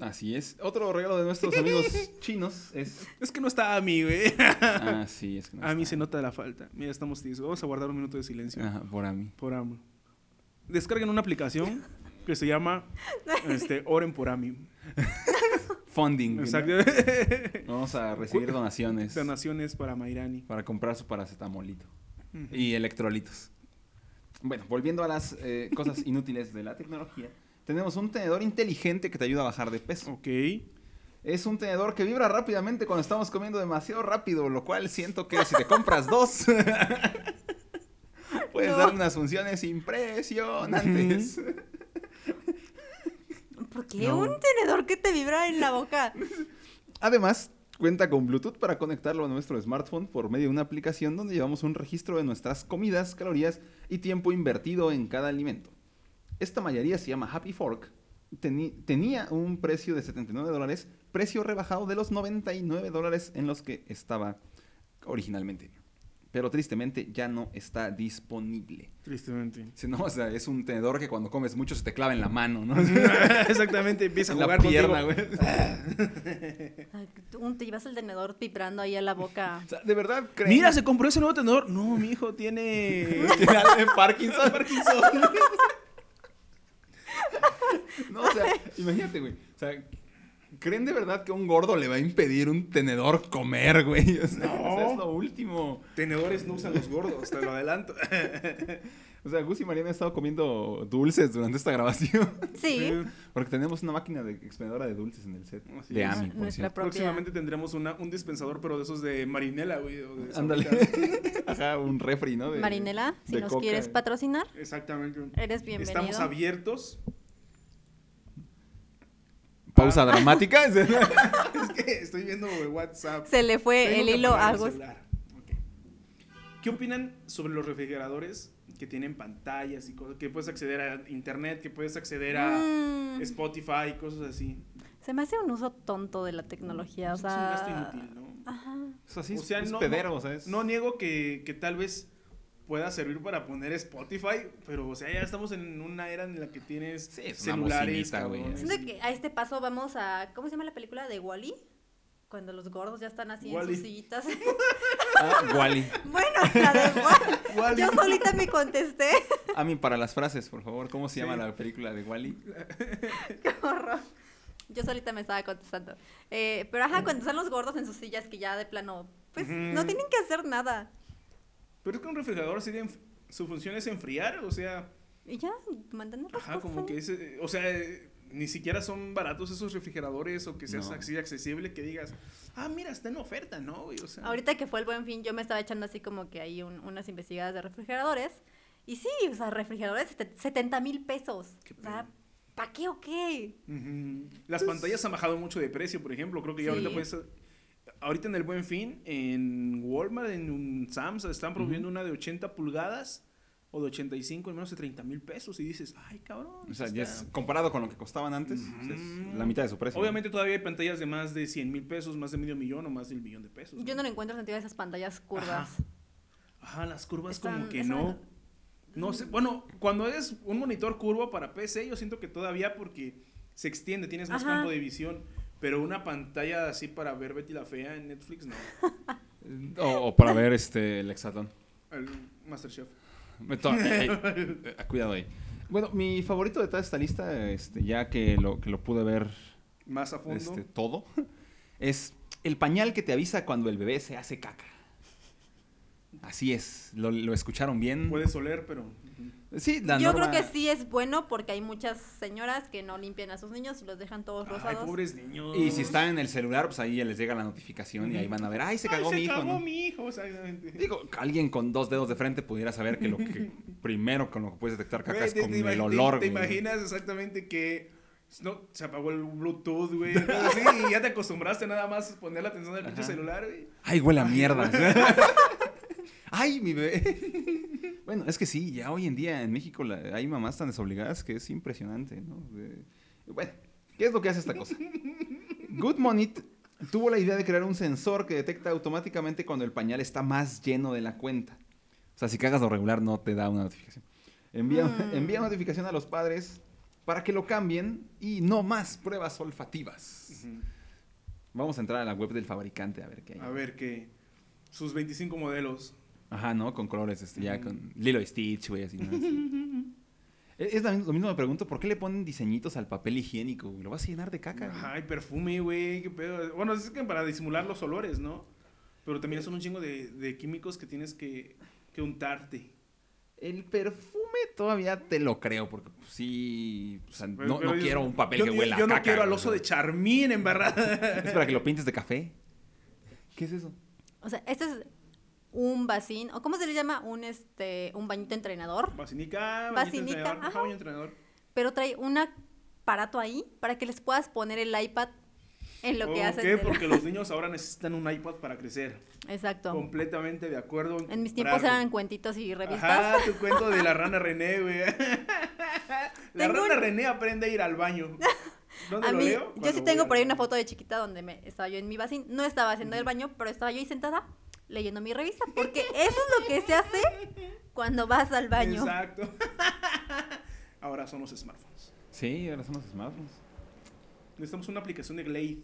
B: Así es. Otro regalo de nuestros amigos chinos es.
A: Es que no está eh. Ami, güey.
B: Ah, sí, es que no
A: Ami
B: está.
A: se nota la falta. Mira, estamos tiesos. Vamos a guardar un minuto de silencio
B: Ajá, por a mí.
A: por Ami. Descarguen una aplicación que se llama este, Oren por Ami.
B: Funding.
A: Exacto.
B: Vamos a recibir donaciones.
A: Donaciones para Mairani.
B: Para comprar su paracetamolito.
A: Ujú.
B: Y electrolitos. Bueno, volviendo a las eh, cosas inútiles de la tecnología. Tenemos un tenedor inteligente que te ayuda a bajar de peso.
A: Ok.
B: Es un tenedor que vibra rápidamente cuando estamos comiendo demasiado rápido, lo cual siento que si te compras dos, puedes
C: No.
B: dar unas funciones impresionantes.
C: ¿Por qué
A: No.
C: un tenedor que te vibra en la boca?
B: Además, cuenta con Bluetooth para conectarlo a nuestro smartphone por medio de una aplicación donde llevamos un registro de nuestras comidas, calorías y tiempo invertido en cada alimento. Esta mayoría se llama Happy Fork. Teni- tenía un precio de 79 dólares, precio rebajado de los 99 dólares en los que estaba originalmente. Pero tristemente ya no está disponible.
A: Tristemente.
B: Sí, no, o sea, es un tenedor que cuando comes mucho se te clava en la mano, ¿no?
A: Exactamente, empieza a
B: en la
A: jugar
B: pierna,
A: contigo.
B: güey.
C: Ay, tú Te llevas el tenedor vibrando ahí a la boca.
B: O sea, de verdad, creo.
A: Mira, se compró ese nuevo tenedor. No, mi hijo tiene.
B: Tiene algo de Parkinson. No, o sea, imagínate, güey. O sea, ¿creen de verdad que a un gordo le va a impedir un tenedor comer, güey? O sea,
A: No.
B: o sea, es lo último.
A: Tenedores no usan los gordos, te lo adelanto.
B: O sea, Gus y Mariana han estado comiendo dulces durante esta grabación.
C: Sí.
B: Porque tenemos una máquina de expendedora de dulces en el set.
A: Así
B: de
A: es.
B: Ami, por
C: Nuestra
B: cierto.
C: propia.
A: Próximamente tendremos una, un dispensador, pero de esos de marinela, güey. o de
B: Ándale.
A: sabritas.
B: Ajá, un refri, ¿no? De-
C: Marinela, si
B: de
C: nos
B: coca.
C: quieres patrocinar,
A: Exactamente.
C: eres bienvenido.
A: Estamos abiertos.
B: Pausa dramática.
A: Es que estoy viendo güey, WhatsApp.
C: Se le fue
A: Tengo
C: el
A: que
C: hilo
A: apagar
C: a
A: el
C: Gus.
A: celular. Ok. ¿Qué opinan sobre los refrigeradores que tienen pantallas y cosas? Que puedes acceder a internet, que puedes acceder a
C: Mm,
A: Spotify y cosas así.
C: se me hace un uso tonto de la tecnología, o
A: es un gasto
C: sea...
A: inútil, ¿no?
C: Ajá.
B: Eso sí,
A: O sea,
B: es
A: no-
B: pedero, o sea, es-
A: No niego que, que tal vez pueda servir para poner Spotify, pero o sea, ya estamos en una era en la que tienes
B: Sí, es una
A: celulares,
B: bocinita, güey.
A: cabrones.
C: Siento que a este paso vamos a... ¿Cómo se llama la película de Wally? Cuando los gordos ya están así en
A: Wall-E.
C: sus sillitas.
B: Ah, Wally.
C: bueno, la de Wall.
A: Wall-E.
C: Yo solita me contesté.
B: Ami, Ah, para las frases, por favor. ¿Cómo se llama
A: Sí.
B: la película de Wally?
C: Qué horror. Yo solita me estaba contestando. Eh, pero ajá, cuando están los gordos en sus sillas que ya de plano... Pues
A: Ujú.
C: no tienen que hacer nada.
A: Pero es que un refrigerador sí tiene- su función es enfriar, o sea,
C: Y ya, mantener las
A: ajá,
C: cosas
A: como
C: ahí.
A: que es, eh, o sea, eh, ni siquiera son baratos esos refrigeradores o que seas
B: No.
A: así accesible que digas, ah, mira, está en oferta, ¿no? güey? O sea,
C: Ahorita que fue el buen fin, yo me estaba echando así como que hay un- unas investigadas de refrigeradores. Y sí, o sea, refrigeradores, sete- 70 mil pesos.
A: Qué
C: O sea,
A: pedo.
C: ¿para qué o qué?
A: Ujú. Las pantallas han bajado mucho de precio, por ejemplo. Creo que ya ahorita
C: Pues Sí.
A: puedes. Ahorita en el Buen Fin, en Walmart, en un Sam's, están promoviendo una de 80 pulgadas o de 85 en menos de 30 mil pesos. Y dices, ay, cabrón.
B: O sea,
A: está-
B: ya es comparado con lo que costaban antes, o sea, es la mitad de su precio. ¿no?
A: Obviamente todavía hay pantallas de más de 100 mil pesos, más de medio millón o más del millón de pesos.
C: Yo
A: ¿no?
C: no le encuentro sentido a esas pantallas curvas.
A: Ajá, las curvas como
C: Están-
A: que
C: están-
A: no. No sé, bueno, cuando es un monitor curvo para PC, yo siento que todavía porque se extiende, tienes más
C: Ajá.
A: campo de visión. Pero una pantalla así para ver Betty la Fea en Netflix, no.
B: Eh, O, o para ver este, el hexatón.
A: El Masterchef.
B: Me to- eh, eh, eh, cuidado ahí. Bueno, mi favorito de toda esta lista, este, ya que lo, que lo pude ver
A: Más a fondo.
B: este, todo, es el pañal que te avisa cuando el bebé se hace caca. Así es, lo, lo escucharon bien.
A: Puedes oler, pero.
B: Sí, la
C: yo
B: norma-
C: creo que sí es bueno porque hay muchas señoras que no limpian a sus niños y los dejan todos
A: Ay,
C: rosados.
A: pobres niños.
B: Y si están en el celular, pues ahí ya les llega la notificación y ahí van a ver, ay, se
A: Ay,
B: cagó mi hijo.
A: cagó
B: ¿no?
A: mi hijo, exactamente.
B: Digo, alguien con dos dedos de frente pudiera saber que lo que primero con lo que puedes detectar caca
A: Güey,
B: es
A: te-
B: con
A: te,
B: el
A: imag- te-
B: olor.
A: te
B: güey.
A: imaginas exactamente que no, se apagó el Bluetooth, güey. algo así, y ya te acostumbraste nada más a poner la atención del pinche
B: Ajá.
A: celular, güey.
B: Ay, huele a mierda. Ay, mi bebé. bueno, es que sí, ya hoy en día en México la- hay mamás tan desobligadas que es impresionante, ¿no? De- Bueno, ¿qué es lo que hace esta cosa? Good Monit tuvo la idea de crear un sensor que detecta automáticamente cuando el pañal está más lleno de la cuenta. O sea, si cagas lo regular no te da una notificación. Envía,
C: Mm.
B: envía notificación a los padres para que lo cambien y no más pruebas olfativas. Vamos a entrar a la web del fabricante a ver qué hay.
A: A ver, que sus 25 modelos.
B: Ajá, ¿no? Con colores, este, ya
A: Ujú.
B: con Lilo y Stitch, güey, así, ¿no? Así. Es es la mis- lo mismo me pregunto, ¿por qué le ponen diseñitos al papel higiénico? güey? ¿Lo vas a llenar de
C: Ah,
B: caca? güey?
A: Ay, perfume, güey, qué pedo. Bueno, es que para disimular los olores, ¿no? Pero también son un chingo de, de químicos que tienes que, que untarte.
B: El perfume todavía te lo creo, porque pues, sí, o sea,
A: Pero-
B: no,
A: pero
B: no
A: yo-
B: quiero un papel
A: yo-
B: que
A: yo-
B: huela a
A: Yo no
B: caca,
A: quiero al
B: güey,
A: oso
B: o
A: de
B: sea.
A: Charmín embarrada.
B: ¿Es para que lo pintes de café? ¿Qué es eso?
C: O sea, este es un bacín, o cómo se le llama, un este, un bañito entrenador,
A: Vacinica, bañito
C: Vacinica,
A: entrenador.
C: ajá.
A: ajá, baño entrenador.
C: pero trae un aparato ahí para que les puedas poner el iPad en lo que
A: ¿Por
C: hacen.
A: qué?
C: de la-
A: Porque los niños ahora necesitan un iPad para crecer.
C: Exacto.
A: Completamente de acuerdo.
C: En mis tiempos
A: comprarlo.
C: eran cuentitos y revistas.
A: Ajá, tu cuento de la rana René, güey. La
C: Tengo
A: rana
C: un-
A: René aprende a ir al baño. ¿Dónde
C: A
A: lo
C: mí,
A: leo?
C: yo
A: Cuando
C: sí
A: voy
C: tengo
A: al
C: por ahí una
A: baño.
C: foto de chiquita donde me estaba yo en mi vacín. No estaba haciendo el baño, pero estaba yo ahí sentada leyendo mi revista, porque eso es lo que se hace cuando vas al baño.
A: Exacto. Ahora son los smartphones.
B: Sí, ahora son los smartphones.
A: Necesitamos una aplicación de Glade.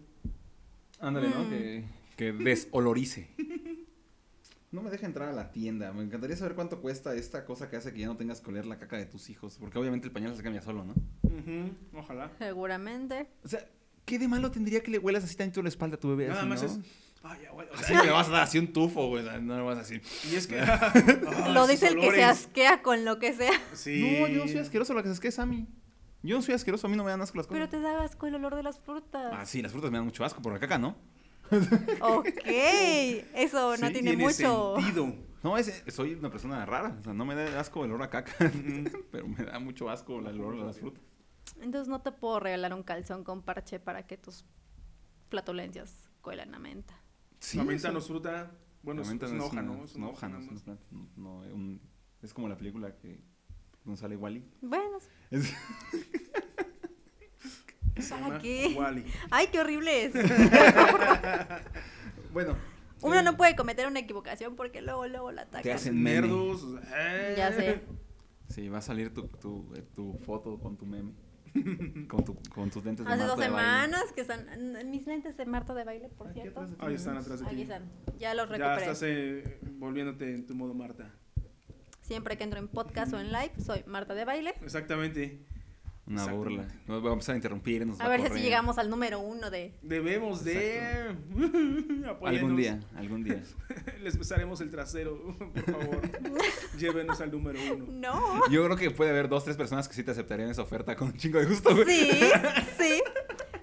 B: Ándale, ¿no?
C: Mm.
B: Que, que desolorice. No me deja entrar a la tienda. Me encantaría saber cuánto cuesta esta cosa que hace que ya no tengas que oler la caca de tus hijos. Porque obviamente el pañal se cambia solo, ¿no?
A: Ujú, Ojalá.
C: Seguramente.
B: O sea, ¿qué de malo tendría que le huelas así tanto la espalda a tu bebé?
A: Nada
B: así,
A: más
B: ¿no?
A: es. Ay, ya, güey, o
B: Así
A: sea,
B: le vas a dar así un tufo, güey. No le vas a decir.
A: Y es que. Ah,
C: lo dice el que se asquea con lo que sea.
A: Sí.
B: No, yo no soy asqueroso, lo que es que es a mí. Yo no soy asqueroso, a mí no me dan asco las
C: Pero
B: cosas.
C: te da asco el olor de las frutas.
B: Ah, sí, las frutas me dan mucho asco por la caca, ¿no?
C: Ok, eso no
A: Sí,
C: tiene, mucho.
A: sentido.
B: No, es, soy una persona rara. O sea, no me da asco el olor a caca. pero me da mucho asco el olor de las frutas.
C: Entonces no te puedo regalar un calzón con parche para que tus flatulencias cuelan a menta.
B: Sí,
A: la
B: eso-
A: menta no es fruta. Bueno,
B: La
A: es,
B: menta
A: es
B: no
A: una
B: es
A: hoja,
B: una-
A: ¿no?
B: Es una hoja, no
A: nada
B: es una
A: más.
B: planta. No, no, es un- es como la película que no sale Wally.
C: Bueno,
A: Se
C: ¿Para
A: llama
C: qué?
A: Wally.
C: ay, qué horrible es.
B: bueno, eh,
C: Uno no puede cometer una equivocación porque luego, luego la
B: Te
C: atacas.
B: hacen-
A: Hacen
B: meme.
A: nerdos. eh.
C: Ya sé.
B: sí, va a salir tu, tu, eh, tu foto con tu meme. Con, tu, con tus lentes de
C: Hace
B: Marta
C: dos
B: de baile.
C: semanas que están n- mis lentes de Marta de baile, por
B: Aquí
C: cierto.
B: atrás de ti.
A: Ahí están atrás de ti.
C: Aquí están. Ya los
A: Ya
C: recuperé.
A: estás eh, volviéndote en tu modo Marta.
C: Siempre que entro en podcast o en live, soy Marta de baile.
A: Exactamente.
B: Una burla.
A: Exactamente.
B: Nos vamos a interrumpir, nos va
C: A ver si
B: correr.
C: así llegamos al número uno de...
A: Debemos de...
B: Algún
A: Apóyennos.
B: día, algún día.
A: Les besaremos el trasero, por favor. Llévenos al número uno.
C: No.
B: Yo creo que puede haber dos, tres personas que sí te aceptarían esa oferta con un chingo de gusto, güey.
C: Sí, sí.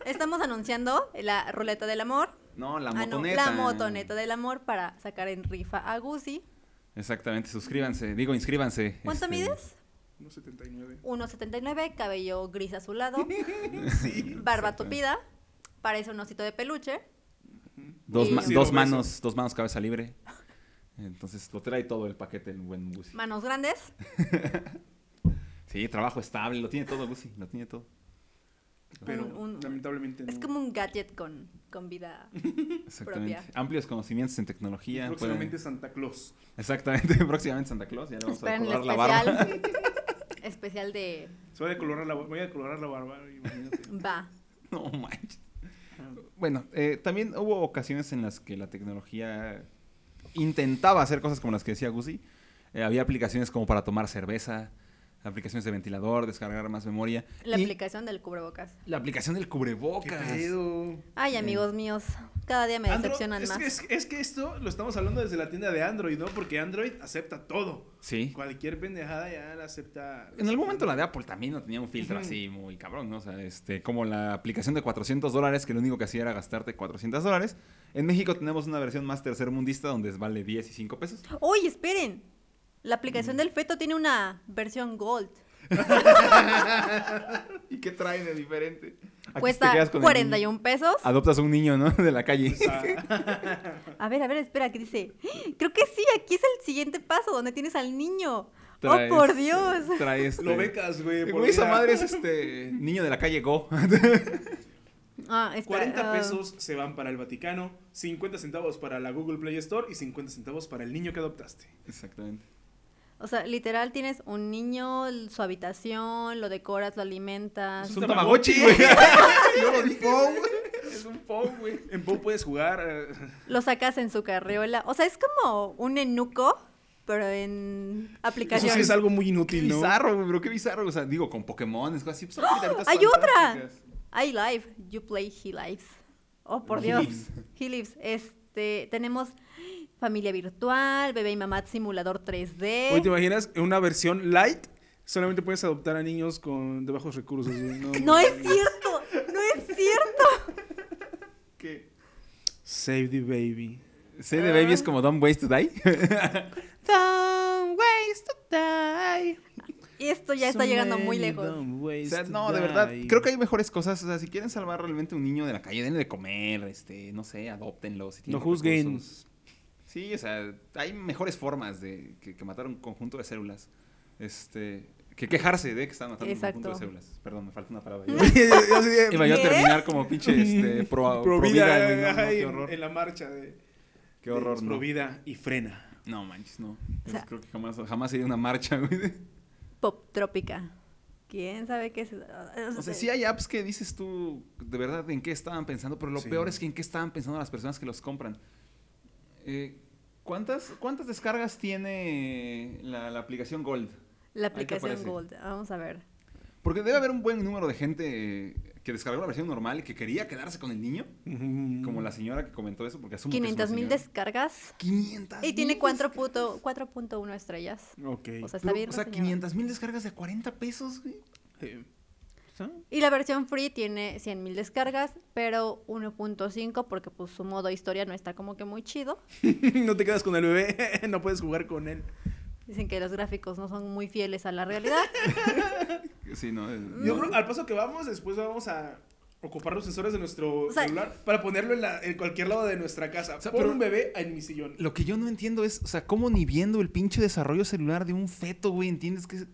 C: Estamos anunciando la ruleta del amor.
B: No, la
C: Ah, no,
B: motoneta.
C: la motoneta del amor para sacar en rifa a Gusi.
B: Exactamente, suscríbanse. Digo, inscríbanse.
C: ¿Cuánto
B: este,
C: mides?
A: 1.79.
C: 1,79, cabello gris azulado,
A: Sí.
C: barba tupida, parece un osito de peluche.
B: Dos,
C: Y-
B: ma-
A: Sí,
B: dos
A: lo beso.
B: manos, dos manos cabeza libre. Entonces lo trae todo el paquete el buen Gusi.
C: Manos grandes.
B: Sí, trabajo estable, lo tiene todo Gusi, lo tiene todo.
A: Pero
C: Un- un-
A: lamentablemente no.
C: Es como un gadget con, con vida.
B: Exactamente.
C: Propia.
B: Amplios conocimientos en tecnología.
A: Próximamente
B: pueden-
A: Santa Claus.
B: Exactamente, próximamente Santa Claus, ya le vamos
C: Esperen
B: a
C: el
B: colorar la barba.
C: especial. especial de
A: Se va a decolorar la, voy a decolorar la barba, imagínate.
C: va.
B: No manches. Bueno, eh, también hubo ocasiones en las que la tecnología intentaba hacer cosas como las que decía Gusi. Eh, había aplicaciones como para tomar cerveza, aplicaciones de ventilador, descargar más memoria.
C: La
B: y
C: aplicación del cubrebocas.
B: la aplicación del
A: ¿Qué
B: cubrebocas.
A: pedo?
C: Ay, amigos míos, cada día me
A: Andro-
C: decepcionan
A: es,
C: más.
A: que- es, es que esto lo estamos hablando desde la tienda de Android, ¿no? Porque Android acepta todo.
B: Sí.
A: Cualquier pendejada ya la acepta.
B: En algún momento la de Apple también no tenía un filtro
A: Ujú.
B: así muy cabrón, ¿no? O sea, este, como la aplicación de 400 dólares, que lo único que hacía era gastarte 400 dólares. En México tenemos una versión más tercermundista donde vale 10 y 5 pesos.
C: Uy, esperen. La aplicación del feto tiene una versión gold.
B: ¿Y qué trae de diferente? Aquí te
C: Cuesta
B: quedas con el niño.
C: 41 pesos.
B: Adoptas un niño, ¿no? De la calle.
A: Esa-
C: A ver, a ver, espera, ¿qué dice? Creo que sí, aquí es el siguiente paso donde tienes al niño.
B: Traes-
C: oh, por Dios.
B: Traes.
A: lo becas, güey. por
B: este Güey, esa
A: vida.
B: madre es este niño de la calle Go.
C: Ah, espera,
A: 40
C: ah,
A: pesos se van para el Vaticano, 50 centavos para la Google Play Store y 50 centavos para el niño que adoptaste.
B: Exactamente.
C: O sea, literal tienes un niño, l- su habitación, lo decoras, lo alimentas.
A: Es
B: Es
A: un
B: un
A: Tamagotchi,
B: tamagotchi, güey. Yo lo dije.
A: Es un Pou, güey. En Pou puedes jugar. eh,
C: Lo sacas en su carriola. O sea, es como un enuco, pero en
A: Eso
C: aplicaciones.
A: sí es algo muy
B: Qué
A: inútil, ¿no?
B: bizarro, güey, pero qué bizarro. O sea, digo, con Pokémon, es así. Pues, ahorita
C: ¡Hay
B: están
C: otra!
B: fantásticas.
C: I live, you play, he lives. Oh, por
B: He
C: Dios.
B: lives.
C: He lives. Este, tenemos familia virtual, bebé y mamá simulador 3D.
A: Oye, ¿te imaginas una versión light? Solamente puedes adoptar a niños con de bajos recursos. güey. No,
C: No es
A: mames.
C: cierto, no es cierto.
A: Save the baby.
B: Sé de
C: Ah.
B: Baby es como Don't Waste to Die.
A: Don't waste to die.
C: Esto ya está llegando muy lejos.
B: O sea, no, de verdad, creo que hay mejores cosas. O sea, si quieren salvar realmente a un niño de la calle, denle de comer, este, no sé, adóptenlo. Si tienen
A: No juzguen.
B: recursos. Sí, o sea, hay mejores formas de que, que matar un conjunto de células. Este, que quejarse de que están matando un conjunto de
C: Exacto.
B: células. Perdón, me falta una palabra.
A: que.
B: Iba yo a
C: ¿Qué?
B: terminar como pinche este, pro,
A: Pro
B: provida,
A: vida,
B: güey, no, no,
A: ajá,
B: qué
A: en-
B: horror.
A: en la marcha de.
B: Qué horror,
A: Pro
B: no.
A: vida y frena.
B: No manches, no.
C: O sea-
B: creo que jamás, jamás sería una marcha, güey.
C: Pop trópica. ¿Quién sabe qué es? Ah,
B: O sea, sí hay apps que dices tú de verdad en qué estaban pensando, pero lo
A: Sí.
B: peor es que en qué estaban pensando las personas que los compran. Eh, ¿cuántas, ¿Cuántas descargas tiene la, la aplicación Gold?
C: La
B: Ahí te
C: aplicación
B: aparece.
C: Gold. Vamos a ver.
B: Porque debe haber un buen número de gente eh, que descargó la versión normal y que quería quedarse con el niño, como la señora que comentó eso, porque asumo
C: 500
B: que es
C: mil
B: una señora.
C: descargas.
B: 500
C: Y tiene
B: mil
C: 4.1 4.1 estrellas.
A: Ok.
C: O sea, está
B: descargas.
C: bien.
B: O sea,
C: la señora.
B: 500 mil descargas de 40 pesos, güey.
A: Eh, ¿ah?
C: Y la versión free tiene 100 mil descargas, pero 1.5 porque pues su modo historia no está como que muy chido.
A: no te quedas con el bebé, no puedes jugar con él.
C: Dicen que los gráficos no son muy fieles a la realidad.
B: Sí, no. eh,
A: Yo
B: no.
A: creo, al paso que vamos, después vamos a ocupar los sensores de nuestro
C: O sea-
A: celular para ponerlo en, la- en cualquier lado de nuestra casa.
B: O sea,
A: Pon
B: pero-
A: un bebé en mi sillón.
B: Lo que yo no entiendo es, o sea, cómo ni viendo el pinche desarrollo celular de un feto, güey, entiendes que,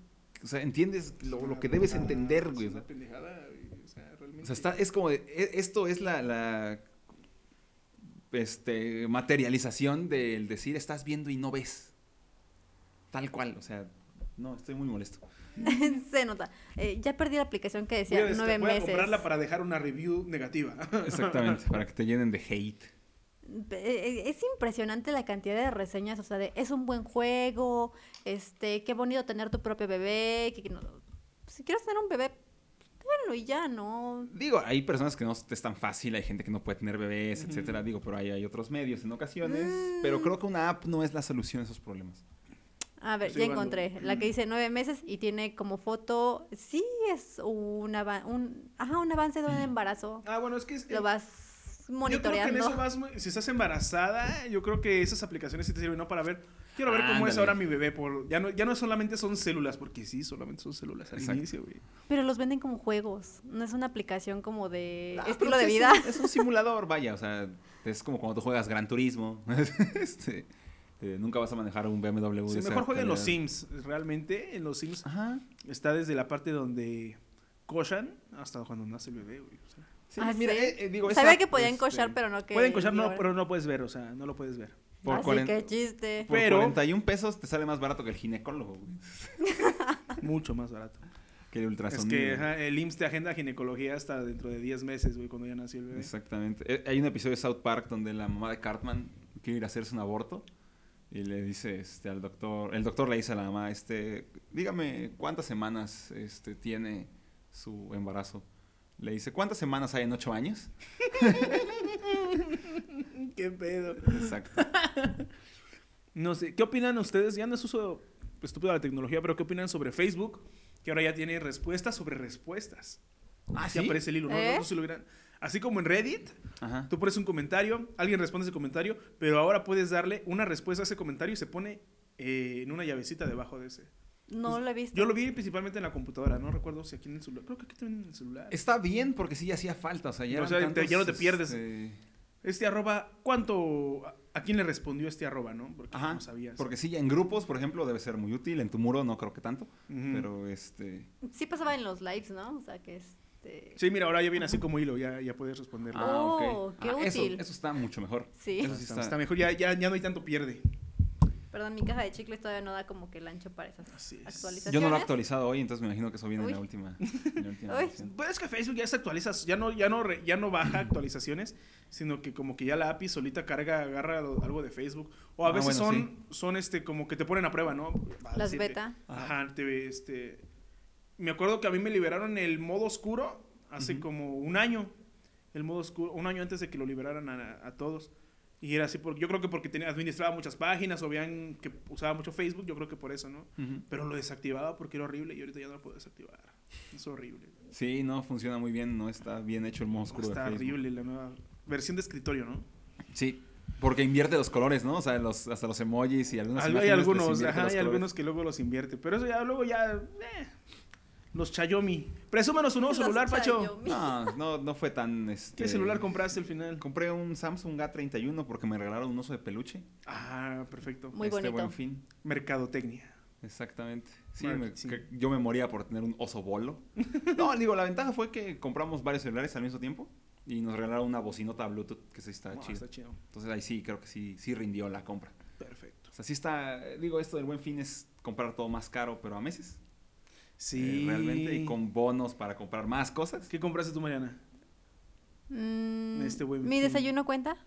B: o sea, entiendes lo, lo que debes
A: Ah,
B: entender,
A: es
B: güey.
A: una pendejada, güey, o sea, realmente.
B: O sea, está, es como, de- e- esto es la, la, este, materialización del decir, estás viendo y no ves. Tal cual, o sea, no, estoy muy molesto.
C: Se nota. Eh, ya perdí la aplicación que
A: voy
C: decía
A: a, desca-
C: nueve
A: este, voy a
C: meses.
A: comprarla para dejar una review negativa.
B: Exactamente, para que te llenen de hate.
C: Eh, eh, Es impresionante la cantidad de reseñas, o sea, de es un buen juego, este, qué bonito tener tu propio bebé, que, que no- si quieres tener un bebé, bueno y ya, ¿no?
B: Digo, hay personas que no es tan fácil, hay gente que no puede tener bebés, etcétera. Digo, pero ahí hay otros medios en ocasiones. Pero creo que una app no es la solución a esos problemas.
C: A ver,
B: Pues
A: Estoy
C: ya
A: jugando.
C: encontré. La que dice nueve meses y tiene como foto. Sí, es un, ava- un, ajá, un avance de un
B: Mm.
C: embarazo.
A: Ah, bueno, es que... es-
C: Lo vas
A: Yo creo que en eso
C: monitoreando.
A: vas muy- si estás embarazada, yo creo que esas aplicaciones sí te sirven, ¿no? Para ver, quiero ver cómo es
B: Ándale.
A: ahora mi bebé. Por, ya, no, ya no solamente son células, porque sí, solamente son células al
B: Exacto.
A: inicio, güey.
C: Pero los venden como juegos. No es una aplicación como de
B: Ah,
C: Eh, estilo
B: pero
C: de
B: es
C: vida.
B: un- Es un simulador, vaya, o sea, es como cuando tú juegas Gran Turismo. Este, eh, nunca vas a manejar un BMW.
A: Sí,
B: de esa
A: mejor jueguen los
B: calidad.
A: Sims. Realmente, en los Sims
B: Ajá.
A: está desde la parte donde cochan hasta cuando nace el bebé, güey. o sea.
B: Sí,
C: Ah,
B: mira,
C: sí.
B: eh, eh, digo, esa
C: Sabía
B: app,
C: que podían
B: este,
C: cochar, pero no que.
A: Pueden cochar, no,
C: llorar.
A: pero no puedes ver, o sea, no lo puedes ver.
B: Por,
C: Así
B: cuaren-
C: que chiste.
B: por
A: Pero-
B: 41 pesos te sale más barato que el ginecólogo, güey,
A: Mucho más barato.
B: que el
A: Es
B: ultrasonido.
A: que ajá, el IMSS te agenda ginecología hasta dentro de 10 meses, güey, cuando ya nació el bebé.
B: Exactamente. Eh, Hay un episodio de South Park donde la mamá de Cartman quiere ir a hacerse un aborto y le dice este, al doctor, el doctor le dice a la mamá, este, dígame cuántas semanas este, tiene su embarazo. Le dice, ¿cuántas semanas hay en ocho años?
A: ¿Qué pedo?
B: Exacto.
A: No sé, ¿qué opinan ustedes? Ya no es uso estúpido de la tecnología, pero ¿qué opinan sobre Facebook? Que ahora ya tiene respuestas sobre respuestas.
B: ¿Ah,
A: Así aparece el hilo, ¿no?
C: ¿Eh?
A: No sé si lo hubieran- Así como en Reddit,
B: Ajá.
A: tú pones un comentario, alguien responde ese comentario, pero ahora puedes darle una respuesta a ese comentario y se pone eh, en una llavecita debajo de ese.
C: No lo he visto.
A: Pues, Yo lo vi principalmente en la computadora, no recuerdo si aquí en el celular. Creo que aquí también en el celular.
B: Está bien porque sí hacía falta, o sea, ya,
A: O
B: eran
A: sea, te- ya no te pierdes.
B: este,
A: Este arroba, ¿cuánto? a- ¿A quién le respondió este arroba, no? Porque
B: Ajá.
A: no sabías.
B: Porque sí, ya en grupos, por ejemplo, debe ser muy útil. En tu muro no creo que tanto,
A: Ujú.
B: pero este...
C: Sí pasaba en los lives, ¿no? O sea, que este.
A: Sí, mira, ahora ya viene así como hilo, ya, ya puedes responderlo.
C: Ah, Oh, qué
B: eso-
C: útil.
B: Eso, está mucho mejor.
C: Sí.
B: Eso sí
A: está, está mejor, ya, ya, ya no hay tanto pierde.
C: Perdón, mi caja de chicles todavía no da como que el ancho para esas
A: Así es.
C: actualizaciones.
B: Yo no lo he actualizado hoy, entonces me imagino que eso viene en la
C: Uy.
B: última. en la última
C: Uy.
B: versión.
A: Pero Pues es que Facebook ya se actualiza, ya no, ya no, re- ya no baja actualizaciones, sino que como que ya la API solita carga, agarra lo- algo de Facebook. O a
B: Ah,
A: veces
B: bueno,
A: son, son este, como que te ponen a prueba, ¿no? Va a
C: Las
A: decirte-
C: beta.
A: Ajá, te, este. Me acuerdo que a mí me liberaron el modo oscuro hace como un año. El modo oscuro, un año antes de que lo liberaran a, a todos. Y era así, por, yo creo que porque tenía, administraba muchas páginas o vean que usaba mucho Facebook, yo creo que por eso, ¿no?
B: Ujú.
A: Pero lo desactivaba porque era horrible y ahorita ya no lo puedo desactivar. Es horrible.
B: Sí, no funciona muy bien, no está bien hecho el modo oscuro. de
A: Está
B: Facebook.
A: horrible la nueva versión de escritorio, ¿no?
B: Sí, porque invierte los colores, ¿no? O sea, los, hasta los emojis y algunas
A: Al- hay
B: imágenes les
A: algunos,
B: invierte
A: ajá,
B: los
A: hay
B: colores.
A: algunos que luego los invierte. Pero eso ya, luego ya. eh, los Chayomi. Presúmanos su nuevo
C: Los
A: celular, Pacho. Ah.
C: Xiaomi.
B: No, no, no fue tan... Este...
A: ¿Qué celular compraste al final?
B: Compré un Samsung A31 porque me regalaron un oso de peluche.
A: Ah, perfecto.
C: Muy
B: este
C: bonito.
B: buen fin.
A: Mercadotecnia.
B: Exactamente. Sí,
A: Mark,
B: me-
A: sí.
B: que- yo me moría por tener un oso bolo. No, digo, la ventaja fue que compramos varios celulares al mismo tiempo y nos regalaron una bocinota Bluetooth que sí está
A: Ah,
B: chida.
A: está chido.
B: Entonces ahí sí, creo que sí, sí rindió la compra.
A: Perfecto.
B: O sea, sí está, eh, digo, esto del buen fin es comprar todo más caro, pero a meses.
A: Sí.
B: eh, realmente, y con bonos para comprar más cosas.
A: ¿Qué compraste tú, Mariana?
C: Mm,
A: Este buen
C: ¿Mi
A: fin.
C: desayuno cuenta?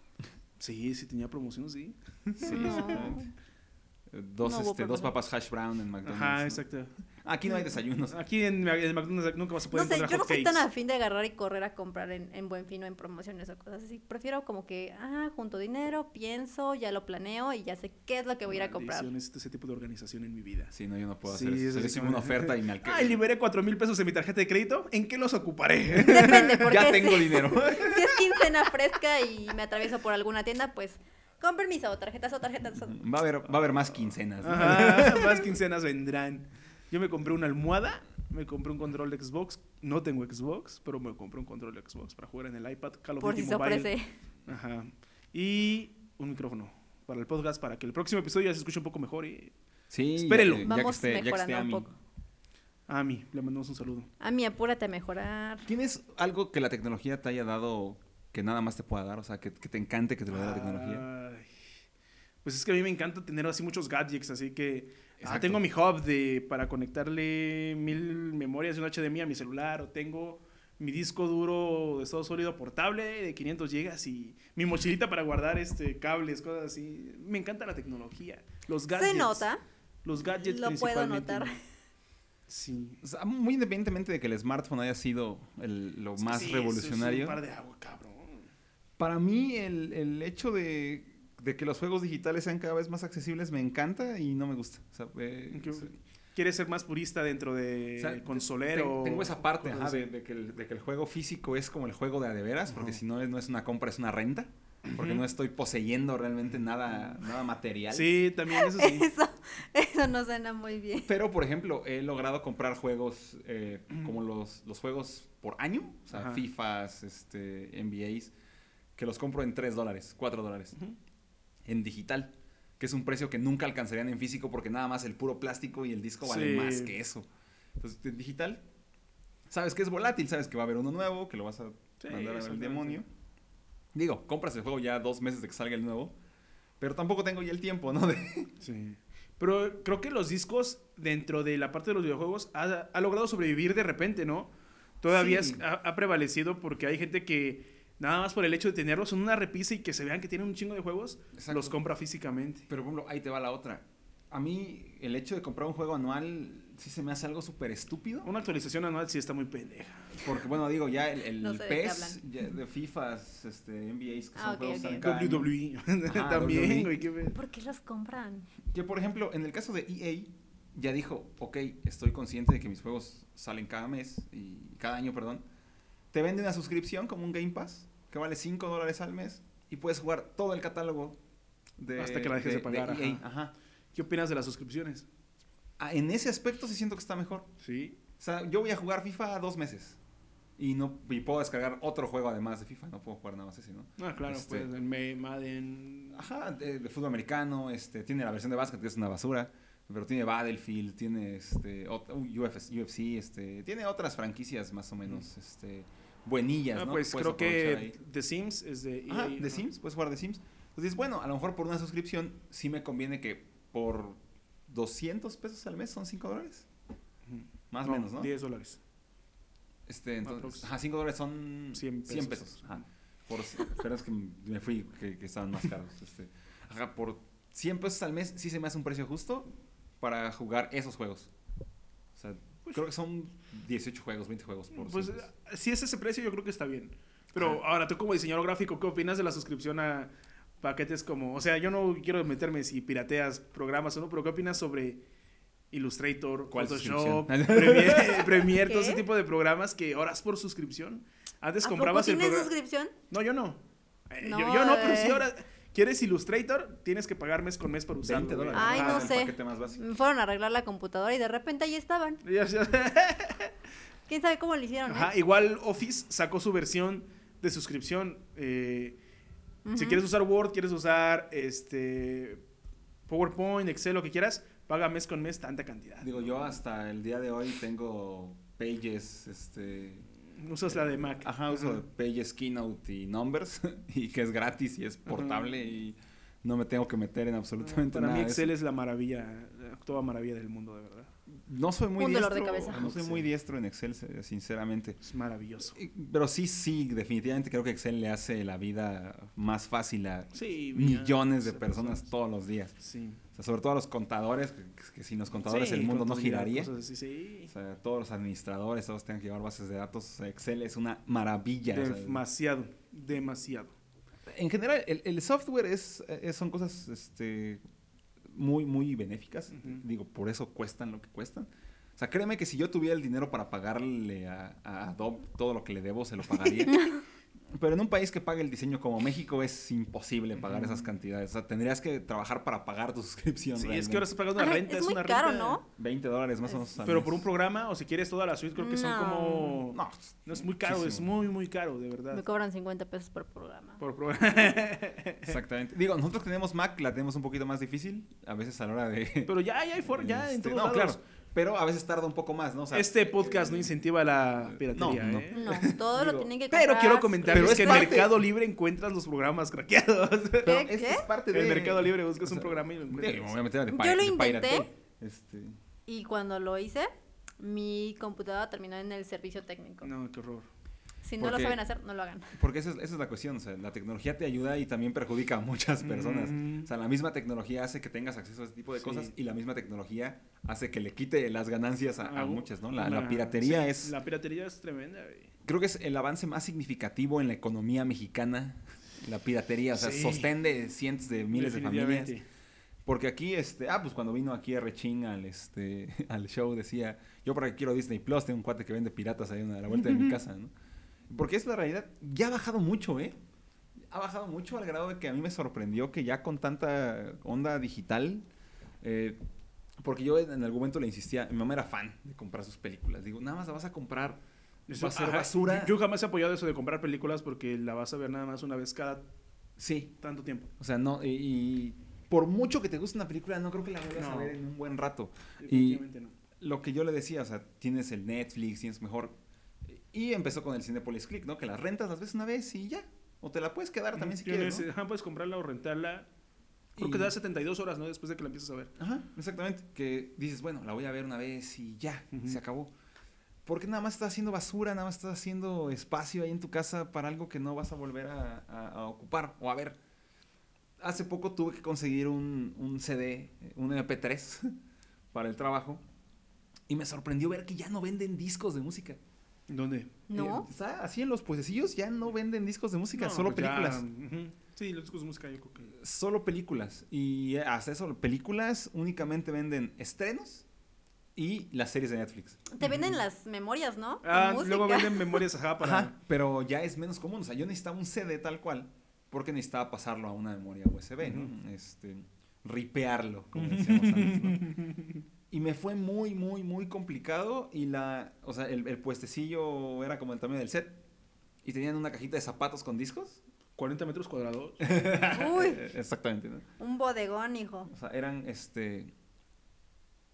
A: Sí, sí tenía promoción, sí.
B: Sí,
C: No.
B: exactamente. Eh, Dos,
C: No hubo
B: este, dos
C: promoción.
B: papas hash brown en McDonald's.
A: Ajá,
B: ¿no?
A: exacto.
B: Aquí no hay desayunos.
A: Aquí en, en McDonald's nunca vas a
C: No
A: poder
C: sé,
A: encontrar
C: yo no soy
A: hotcakes.
C: tan afín de agarrar y correr a comprar en, en buen fin o en promociones o cosas así. Prefiero como que, ah, junto dinero, pienso, ya lo planeo y ya sé qué es lo que voy a ir a comprar.
A: Maldición, Necesito ese este tipo de organización en mi vida.
B: Sí, no, yo no puedo
A: Sí,
B: hacer eso.
A: es
B: Yo
A: así
B: recibo
A: como-
B: una oferta y me alquilo.
A: Ay, liberé 4 mil pesos en mi tarjeta de crédito. ¿En qué los ocuparé?
C: Depende, porque
B: Ya
C: si-
B: tengo dinero.
C: si es quincena fresca y me atravieso por alguna tienda, pues con permiso, tarjetas o tarjetas.
A: Mm,
C: o-
B: Va a haber, va a haber más quincenas. ¿no?
A: Ajá, más quincenas vendrán. Yo me compré una almohada, me compré un control de Xbox. No tengo Xbox, pero me compré un control de Xbox para jugar en el iPad Call of
C: Por
A: Duty
C: si se
A: Mobile.
C: ofrece.
A: Ajá. Y un micrófono para el podcast, para que el próximo episodio ya se escuche un poco mejor. Y...
B: Sí,
A: Espérelo.
B: ya que- ya que
C: Vamos
B: esté- ya que esté
C: mejorando
B: Ami.
C: un poco.
A: A mí, le mandamos un saludo.
C: A mí, apúrate a mejorar.
B: ¿Tienes algo que la tecnología te haya dado que nada más te pueda dar? O sea, que, que te encante que te lo dé
A: Ah,
B: la tecnología.
A: Ay. Pues es que a mí me encanta tener así muchos gadgets, así que ah,
B: Exacto.
A: tengo mi hub de, para conectarle mil memorias de un HDMI a mi celular, o tengo mi disco duro de estado sólido portable de 500 gigas y mi mochilita para guardar este cables, cosas así. Me encanta la tecnología, los gadgets.
C: Se nota.
A: Los gadgets
C: Lo puedo
A: principalmente.
C: notar.
A: Sí.
B: O sea, muy independientemente de que el smartphone haya sido el- lo más
A: Sí, eso es
B: revolucionario,
A: un par de agua, cabrón.
B: para mí el, el hecho de, de que los juegos digitales sean cada vez más accesibles me encanta y no me gusta. O sea, eh,
A: ¿Qué-
B: o sea,
A: ¿Quieres ser más purista dentro de
B: O sea,
A: consolero?
B: ten- Tengo esa parte
A: cosas
B: ajá,
A: así?
B: de, de que el, de que el juego físico es como el juego de a de veras, porque
A: Ajá.
B: si no es, no es una compra, es una renta. Porque
A: Ujú.
B: no estoy poseyendo realmente nada, nada material.
A: Sí, también, eso sí.
C: Eso, eso no suena muy bien.
B: Pero, por ejemplo, he logrado comprar juegos eh, como los, los juegos por año, o sea,
A: Ajá.
B: FIFAs, este, NBAs, que los compro en 3 dólares, 4 dólares,
A: Ujú.
B: en digital, que es un precio que nunca alcanzarían en físico porque nada más el puro plástico y el disco vale
A: Sí.
B: más que eso. Entonces, en digital, sabes que es volátil, sabes que va a haber uno nuevo, que lo vas a
A: Sí,
B: mandar
A: eso no
B: al demonio.
A: entiendo.
B: Digo, compras el juego ya dos meses de que salga el nuevo, pero tampoco tengo ya el tiempo, ¿no? De-
A: Sí. Pero creo que los discos, dentro de la parte de los videojuegos, ha, ha logrado sobrevivir de repente, ¿no? Todavía
B: Sí.
A: es- ha, ha prevalecido porque hay gente que, nada más por el hecho de tenerlos en una repisa y que se vean que tienen un chingo de juegos,
B: Exacto.
A: los compra físicamente.
B: Pero, por ejemplo, ahí te va la otra. A mí, el hecho de comprar un juego anual sí se me hace algo súper estúpido.
A: Una actualización anual sí está muy pendeja.
B: Porque, bueno, digo, ya el, el
C: No sé de qué
B: PES, ya de, FIFAs, este, NBAs, que
C: Ah,
B: son
C: ok,
B: juegos
C: ok.
B: tan caros.
A: WWE
B: Ajá,
A: E.
B: E.
A: también,
B: WWE.
A: güey, qué ver-
C: ¿Por qué los compran?
B: Que, por ejemplo, en el caso de EA, ya dijo, ok, estoy consciente de que mis juegos salen cada mes, y cada año, perdón. Te venden una suscripción como un Game Pass, que vale 5 dólares al mes, y puedes jugar todo el catálogo de
A: Hasta que la dejes de pagar,
B: EA.
A: ajá.
B: Ajá.
A: ¿Qué opinas de las suscripciones?
B: Ah, En ese aspecto sí siento que está mejor.
A: Sí.
B: O sea, yo voy a jugar FIFA dos meses. Y no y puedo descargar otro juego además de FIFA. No puedo jugar nada más ese, ¿no?
A: Ah, claro,
B: Este- ah,
A: pues el May- Madden.
B: Ajá, de, de fútbol americano. Este, tiene la versión de básquet, que es una basura. Pero tiene Battlefield, tiene este, ot- uy, UFS UFC, este, tiene otras franquicias más o menos este, buenillas,
A: Ah,
B: ¿no?
A: pues
B: puedes
A: creo
B: aprovechar
A: que
B: ahí.
A: The Sims es de EA.
B: Ajá, de
A: ¿no?
B: Sims, puedes jugar de Sims. Entonces, bueno, a lo mejor por una suscripción sí me conviene que por 200 pesos al mes son 5 dólares.
A: Ujú.
B: Más o menos, ¿no?
A: 10 dólares.
B: Este,
A: Aprox.
B: entonces, ajá, 5 dólares son
A: 100 pesos.
B: 100 pesos. ajá. Por, pero es que me fui, que, que estaban más caros. Este. Ajá, por 100 pesos al mes sí se me hace un precio justo para jugar esos juegos. O sea, creo que son 18 juegos, 20 juegos por
A: Pues
B: 100 pesos.
A: si es ese precio, yo creo que está bien. Pero ahora, tú como diseñador gráfico, ¿qué opinas de la suscripción a paquetes como... O sea, yo no quiero meterme si pirateas programas o no, pero ¿qué opinas sobre Illustrator,
B: ¿Cuál
A: Photoshop,
B: suscripción?
A: Premiere, Premiere, todo
C: ¿Qué?
A: ese tipo de programas que horas por suscripción? Antes
C: ¿A poco
A: comprabas el
C: ¿Tienes
A: programa...
C: suscripción?
A: No, yo no. Eh,
C: No,
A: yo, yo no, pero
C: eh.
A: si ahora quieres Illustrator, tienes que pagar mes con mes por usarlo.
B: 20
A: güey.
B: dólares.
C: Ay,
B: ajá,
C: no
B: el
C: sé.
B: paquete más básico.
C: Me fueron a arreglar la computadora y de repente ahí estaban.
A: Ya, ya.
C: ¿Quién sabe cómo lo hicieron? eh?
A: Ajá, igual Office sacó su versión de suscripción. eh, Si
C: Ujú.
A: quieres usar Word, quieres usar este PowerPoint, Excel, lo que quieras, paga mes con mes tanta cantidad.
B: Digo, yo hasta el día de hoy tengo Pages, este...
A: Usas la de Mac.
B: Ajá, uso Pages, Keynote y Numbers, y que es gratis y es portable y no me tengo que meter en absolutamente
A: Para
B: nada.
A: mí
B: de eso.
A: Excel es la maravilla, la octava maravilla del mundo, de verdad.
B: No soy muy
C: Un dolor
B: diestro.
C: de cabeza.
B: No soy muy diestro en Excel, se- sinceramente.
A: Es maravilloso.
B: Y- Pero sí, sí, definitivamente creo que Excel le hace la vida más fácil a
A: Sí, mira,
B: millones de
A: esas
B: personas todos los días.
A: Sí.
B: O sea, sobre todo a los contadores, que, que sin los contadores
A: Sí,
B: el mundo no
A: contabilidad,
B: giraría.
A: cosas así,
B: O
A: sí.
B: sea, todos los administradores, todos tengan que llevar bases de datos. O sea, Excel es una maravilla. o sea,
A: Demasiado, demasiado.
B: en general, el, el software es, es- son cosas este, muy, muy benéficas.
A: Ujú.
B: Digo, por eso cuestan lo que cuestan. O sea, créeme que si yo tuviera el dinero para pagarle a, a Adobe todo lo que le debo, se lo pagaría. Pero en un país que pague el diseño como México es imposible pagar esas cantidades. O sea, tendrías que trabajar para pagar tu suscripción.
A: Sí, es
B: realmente.
A: que ahora estás pagando una
C: Ay,
A: renta,
C: es
A: es,
C: muy
A: una
C: caro,
A: renta-
C: ¿no?
B: 20 dólares más o menos. al
A: Pero
B: mes.
A: por un programa, o si quieres toda la suite, creo que son
C: No.
A: como...
B: No, pues,
A: No es muy caro, es
B: muchísimo.
A: muy, muy caro, de
C: Me
A: verdad.
C: cobran 50 pesos por programa.
A: Por probar.
B: Exactamente. Digo, nosotros que tenemos Mac, la tenemos un poquito más difícil. A veces a la hora de.
A: Pero ya, ya hay for ya en
B: Este,
A: todos
B: no,
A: lados.
B: claro. Pero a veces tarda un poco más, ¿no? O sea,
A: este podcast no
B: eh,
A: incentiva la piratería,
B: no, no.
A: ¿eh?
C: No, todo lo
B: Digo,
C: tienen que comprar.
A: Pero quiero comentarles
B: Pero es
A: que en
B: parte-
A: Mercado Libre encuentras los programas craqueados. ¿Eh?
B: Pero
C: ¿Qué?
B: es,
C: ¿Qué?
B: es parte de.
A: en Mercado Libre buscas
B: o sea,
A: un programa y lo
B: digo, me voy a
A: encuentras.
B: meter a de
C: Yo
B: Pi-
C: lo
B: de Pirate
C: intenté.
B: Bay. Este,
C: Y cuando lo hice, mi computadora terminó en el servicio técnico.
A: No, qué horror.
C: Si no lo
B: Porque-
C: saben hacer, no lo hagan.
B: Porque esa es, esa es la cuestión, o sea, la tecnología te ayuda y también perjudica a muchas personas.
A: Mm.
B: O sea, la misma tecnología hace que tengas acceso a ese tipo de
A: Sí.
B: cosas y la misma tecnología hace que le quite las ganancias a, a
A: Hago
B: muchas, ¿no? La,
A: una-
B: la piratería
A: sí,
B: es,
A: La piratería es tremenda, güey.
B: creo que es el avance más significativo en la economía mexicana, la piratería, o sea,
A: Sí.
B: sostén de cientos de miles de familias.
A: Definitivamente.
B: Porque aquí, este, ah, pues cuando vino aquí R. Ching al, este, al show decía, yo para qué quiero Disney Plus, tengo un cuate que vende piratas ahí a la vuelta de mi casa, ¿no? Porque es la realidad, ya ha bajado mucho, ¿eh? Ha bajado mucho al grado de que a mí me sorprendió que ya con tanta onda digital, eh, porque yo en en algún momento le insistía, mi mamá era fan de comprar sus películas, digo, nada más la vas a comprar,
A: Eso-
B: va a ser
A: ajá,
B: basura.
A: Yo, yo jamás he apoyado eso de comprar películas porque la vas a ver nada más una vez cada
B: Sí,
A: tanto tiempo.
B: O sea, no, y, y por mucho que te guste una película, no creo que la vuelvas a
A: No.
B: ver en un buen rato. Y
A: Definitivamente no.
B: lo que yo le decía, o sea, tienes el Netflix, tienes mejor. Y empezó con el Cinepolis Click, ¿no? Que las rentas las ves una vez y ya. O te la puedes quedar también si
A: Tienes-
B: quieres. ¿no?
A: ajá, puedes comprarla o rentarla. Creo
B: Y-
A: que te da 72 horas, ¿no? Después de que la empiezas a ver.
B: Ajá, exactamente. Que dices, bueno, la voy a ver una vez y ya,
A: Ujú.
B: se acabó. Porque nada más estás haciendo basura, nada más estás haciendo espacio ahí en tu casa para algo que no vas a volver a, a- a ocupar o a ver. Hace poco tuve que conseguir un, un CD, eh, un MP3 para el trabajo. Y me sorprendió ver que ya no venden discos de música.
A: ¿Dónde?
C: ¿No?
B: Eh, está así en los puestecillos, ya no venden discos de música,
A: No,
B: solo
A: pues ya,
B: películas
A: ujú. Sí, los discos de música yo creo que...
B: solo películas. Y hasta eso, películas únicamente venden estrenos y las series de Netflix.
C: Te venden las memorias, ¿no? Con
A: Ah,
C: música.
A: luego venden memorias, ajá, para...
B: Ajá, pero ya es menos común. O sea, yo necesitaba un CD tal cual porque necesitaba pasarlo a una memoria USB, ¿no? Este, ripearlo, como decíamos antes, ¿no? Y me fue muy, muy, muy complicado y la, o sea, el, el puestecillo era como el tamaño del set y tenían una cajita de zapatos con discos.
A: 40 metros cuadrados.
C: Uy,
B: Eh, Exactamente, ¿no?
C: un bodegón, hijo.
B: O sea, eran este.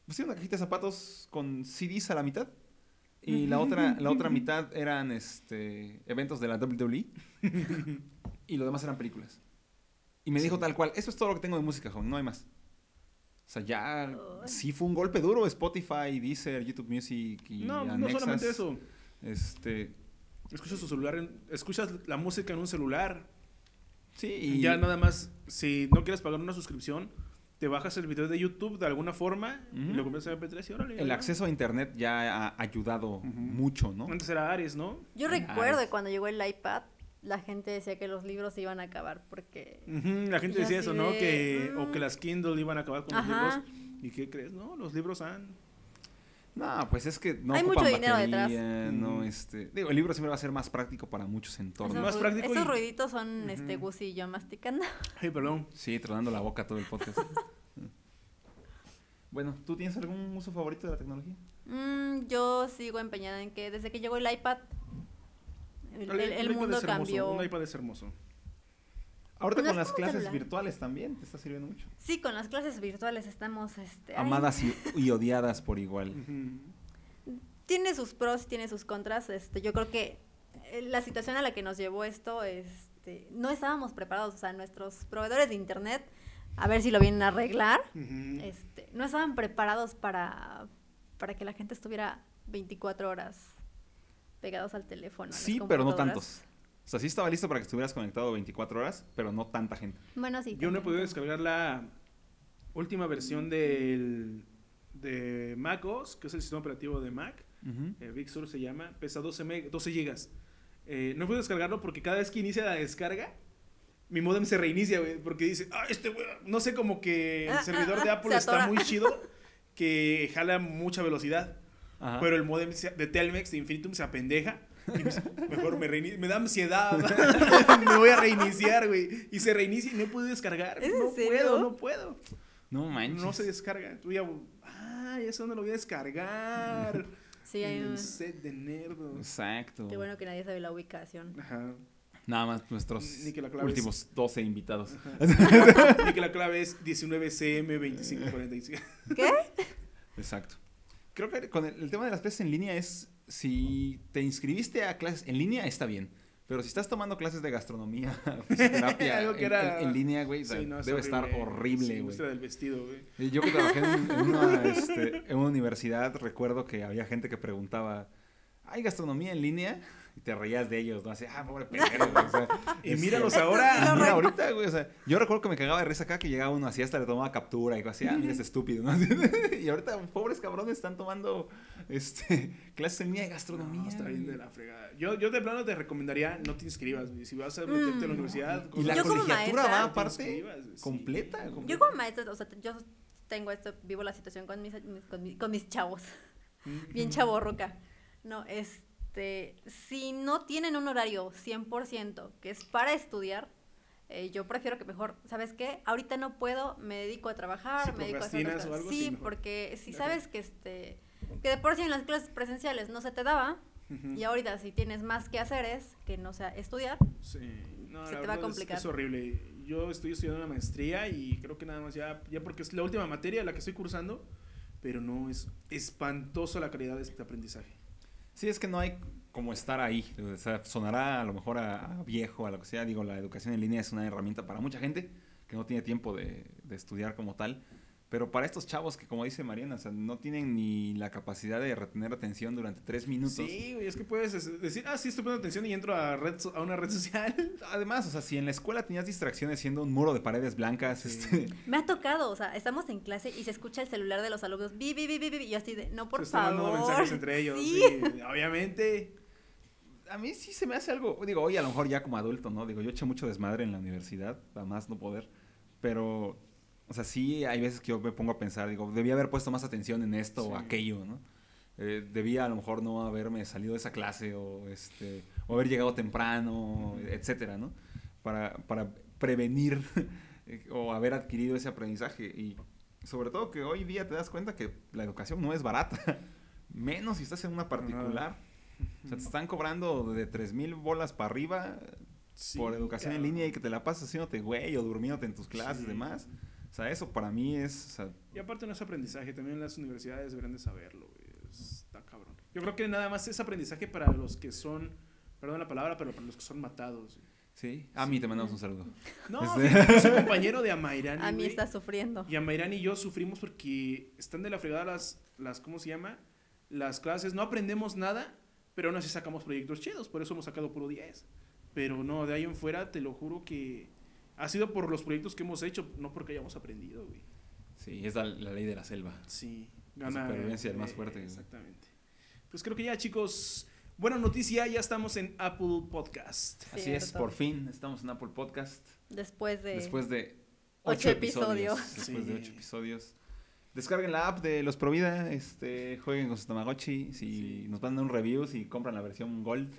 B: Pues sí, una cajita de zapatos con CDs a la mitad. Y la otra, la otra mitad eran este. eventos de la WWE. y lo demás eran películas. Y me dijo tal cual, eso es todo lo que tengo de música, joven, no hay más. O sea, ya
C: Ay.
B: sí fue un golpe duro Spotify, Deezer, YouTube Music y
A: No, no
B: anexas.
A: solamente eso.
B: Este,
A: Escuchas tu celular, en- escuchas la música en un celular.
B: sí,
A: Y
B: y
A: ya nada más, si no quieres pagar una suscripción, te bajas el video de YouTube de alguna forma
B: Ujú.
A: y lo conviertes en MP3 y órale.
B: el
A: ya.
B: acceso a internet ya ha ayudado mucho, ¿no?
A: Antes era Ares, ¿no?
C: Yo
B: Nice.
C: recuerdo que cuando llegó el iPad, la gente decía que los libros se iban a acabar porque...
A: Ujú, La gente
C: Y
A: decía
C: así
A: eso, ¿no?
C: de,
A: Que, O que
C: mm.
A: las Kindle iban a acabar con
C: Ajá.
A: los libros. ¿Y qué crees? No, los libros han...
B: No, pues es que no
C: Hay
B: ocupan
C: mucho dinero
B: batería,
C: detrás.
B: No,
A: Ujú.
B: este, digo, el libro siempre va a ser más práctico para muchos entornos.
A: Más
C: ru-
A: práctico
C: esos
A: y-
C: ruiditos son este Gus y yo masticando.
A: Ay, perdón.
B: Sí, tronando la boca todo el podcast. bueno, ¿tú tienes algún uso favorito de la tecnología?
C: Mm, yo sigo empeñada en que desde que llegó el iPad, el, el- el
A: iPad
C: mundo
A: es hermoso,
C: cambió.
A: Un iPad es hermoso.
B: Ahorita
C: No
B: con
C: es
B: las
C: como
B: clases
C: celular.
B: virtuales también te está sirviendo mucho.
C: Sí, con las clases virtuales estamos... Este, ay, Mm.
B: Amadas y, y odiadas por igual.
A: Ujú.
C: tiene sus pros, tiene sus contras. Este, yo creo que eh, la situación a la que nos llevó esto, este, no estábamos preparados. O sea, nuestros proveedores de internet, a ver si lo vienen a arreglar,
A: Ujú.
C: este, no estaban preparados para, para que la gente estuviera 24 horas pegados al teléfono. a las
B: Sí, pero no tantos.
C: computadoras.
B: O sea, sí estaba listo para que estuvieras conectado 24 horas, pero no tanta gente.
C: Bueno, sí.
A: Yo no he
C: también,
A: podido
C: entonces.
A: descargar la última versión del, de macOS, que es el sistema operativo de Mac. eh, Big Sur se llama, pesa 12, meg- 12 gigas. Eh, no puedo descargarlo porque cada vez que inicia la descarga, mi modem se reinicia, güey, porque dice, ah, este, güey, no sé, como que el
C: Ah,
A: servidor
C: ah,
A: de
C: ah,
A: Apple
C: se
A: está
C: atora.
A: muy chido, que jala mucha velocidad,
B: Ajá.
A: pero el modem se- de Telmex, de Infinitum, se apendeja. y me dice, Mejor me reinicio, me da ansiedad, me voy a reiniciar, güey. Y se reinicia y no puedo descargar.
C: ¿Es en
A: No
C: serio?
A: puedo, no puedo.
B: no manches.
A: No se descarga. Voy a- ah, eso no lo voy a descargar.
C: Sí, hay
A: en
C: un-
A: el set de nerdos.
B: Exacto.
C: Qué bueno que nadie sabe la ubicación.
A: Ajá.
B: Nada más nuestros
A: Ni que la claves.
B: últimos 12 invitados.
A: Y que la clave es 19CM2545.
C: ¿Qué?
B: Exacto. Creo que con el, el tema de las clases en línea es, si te inscribiste a clases en línea, está bien. Pero si estás tomando clases de gastronomía, fisioterapia
A: Algo que
B: en-
A: era-
B: en, en línea, güey, o sea,
A: Sí, no, es
B: debe estar
A: Sí,
B: horrible, güey.
A: industria del vestido, güey.
B: Y Yo que trabajé en, en una, este, en una universidad, recuerdo que había gente que preguntaba, hay gastronomía en línea y te reías de ellos, ¿no? Así, ah, pobre pendejo, güey, o sea,
A: Y
B: es-
A: míralos
C: Ah,
B: Y
A: ahora.
B: mira ahorita, güey, o sea, yo recuerdo que me cagaba de risa acá que llegaba uno así hasta le tomaba captura y así, ah, mira este estúpido, ¿no? y ahorita, pobres cabrones, están tomando este, clases en línea de gastronomía.
A: No, está bien de
B: güey.
A: la fregada. Yo, yo de plano te recomendaría no te inscribas, güey. Si vas a meterte a la
C: Mm.
A: universidad,
B: Y la
C: Yo como
B: colegiatura
C: maestra-
B: va
A: Te
B: aparte
A: inscribas, güey, sí.
B: completa.
A: Yo
C: Yo como maestra, o sea, yo tengo esto, vivo la situación con mis, mis- con, mi- con mis chavos, bien chavorroca. No, este, si no tienen un horario 100% que es para estudiar, eh, yo prefiero que mejor, ¿sabes qué? Ahorita no puedo, me dedico a trabajar,
A: Si
C: me dedico a hacer otras
A: procrastinas o
C: cosas.
A: algo, sí,
C: Sí,
A: mejor.
C: porque si
A: De
C: sabes que este que de por sí en las clases presenciales no se te daba
A: Ujú.
C: y ahorita si tienes más que hacer es que no sea estudiar,
A: Sí. No,
C: Se
A: la
C: te va
A: verdad
C: a
A: es-
C: complicar.
A: Es, horrible. Yo estoy estudiando una maestría y creo que nada más ya, ya porque es la última materia la que estoy cursando, pero no, es espantoso la calidad de este aprendizaje.
B: Sí, es que no hay como estar ahí. O sea, sonará a lo mejor a, a viejo, a lo que sea. Digo, la educación en línea es una herramienta para mucha gente que no tiene tiempo de, de estudiar como tal. Pero para estos chavos que, como dice Mariana, o sea, no tienen ni la capacidad de retener atención durante tres minutos.
A: Sí, güey, es que puedes es- decir, ah, sí, estoy poniendo atención y entro a, red so- a una red social.
B: Además, o sea, si en la escuela tenías distracciones siendo un muro de paredes blancas,
A: Sí.
B: este,
C: Me ha tocado, o sea, estamos en clase y se escucha el celular de los alumnos, bi, bi, bi, bi, bi, bi", y yo así de, no, por
A: Se están
C: favor.
A: mandando mensajes entre ellos.
C: Sí.
A: sí, obviamente.
B: a mí sí se me hace algo, digo, hoy a lo mejor ya como adulto, ¿no? Digo, yo eché mucho desmadre en la universidad, a más no poder, pero, o sea, sí hay veces que yo me pongo a pensar, digo, debía haber puesto más atención en esto
A: Sí.
B: o aquello, ¿no? Eh, debía a lo mejor no haberme salido de esa clase o, este, o haber llegado temprano, etcétera, ¿no? Para, para prevenir eh, o haber adquirido ese aprendizaje y sobre todo que hoy día te das cuenta que la educación no es barata, menos si estás en una
A: Para nada.
B: particular. O sea, te están cobrando de 3000 bolas para arriba
A: Sí,
B: por educación en
A: cabrón.
B: línea y que te la pasas haciéndote güey o durmiéndote en tus clases y
A: Sí.
B: demás. O sea, eso para mí es. o sea,
A: Y aparte no es aprendizaje, también las universidades deberían de saberlo, güey. Está cabrón. Yo creo que nada más es aprendizaje para los que son, perdón la palabra, pero para los que son matados. güey.
B: sí. Ah, A mí te mandamos un saludo.
A: No,
B: Este-
A: fíjate, yo soy compañero de Amairani.
C: A mí
A: güey,
C: está sufriendo.
A: Y Amairani y yo sufrimos porque están de la fregada las, las ¿cómo se llama? Las clases, no aprendemos nada, pero aún así sacamos proyectos chidos, por eso hemos sacado puro 10. Pero no, de ahí en fuera te lo juro que ha sido por los proyectos que hemos hecho, no porque hayamos aprendido, güey.
B: Sí, es la, la ley de la selva.
A: Sí,
B: La
A: gana.
B: supervivencia del más
A: eh,
B: fuerte.
A: Exactamente. Pues creo que ya, chicos. Buena noticia, ya estamos en Apple Podcast.
B: Así es,
C: Cierto.
B: por fin estamos en Apple Podcast.
C: Después de...
B: Después de
C: Ocho
B: ocho episodios.
C: episodios.
B: Después de
A: Sí.
B: ocho episodios. Descarguen la app de Los Provida, este, jueguen con su Tamagotchi, si
A: Sí.
B: nos mandan un review, si compran la versión Gold.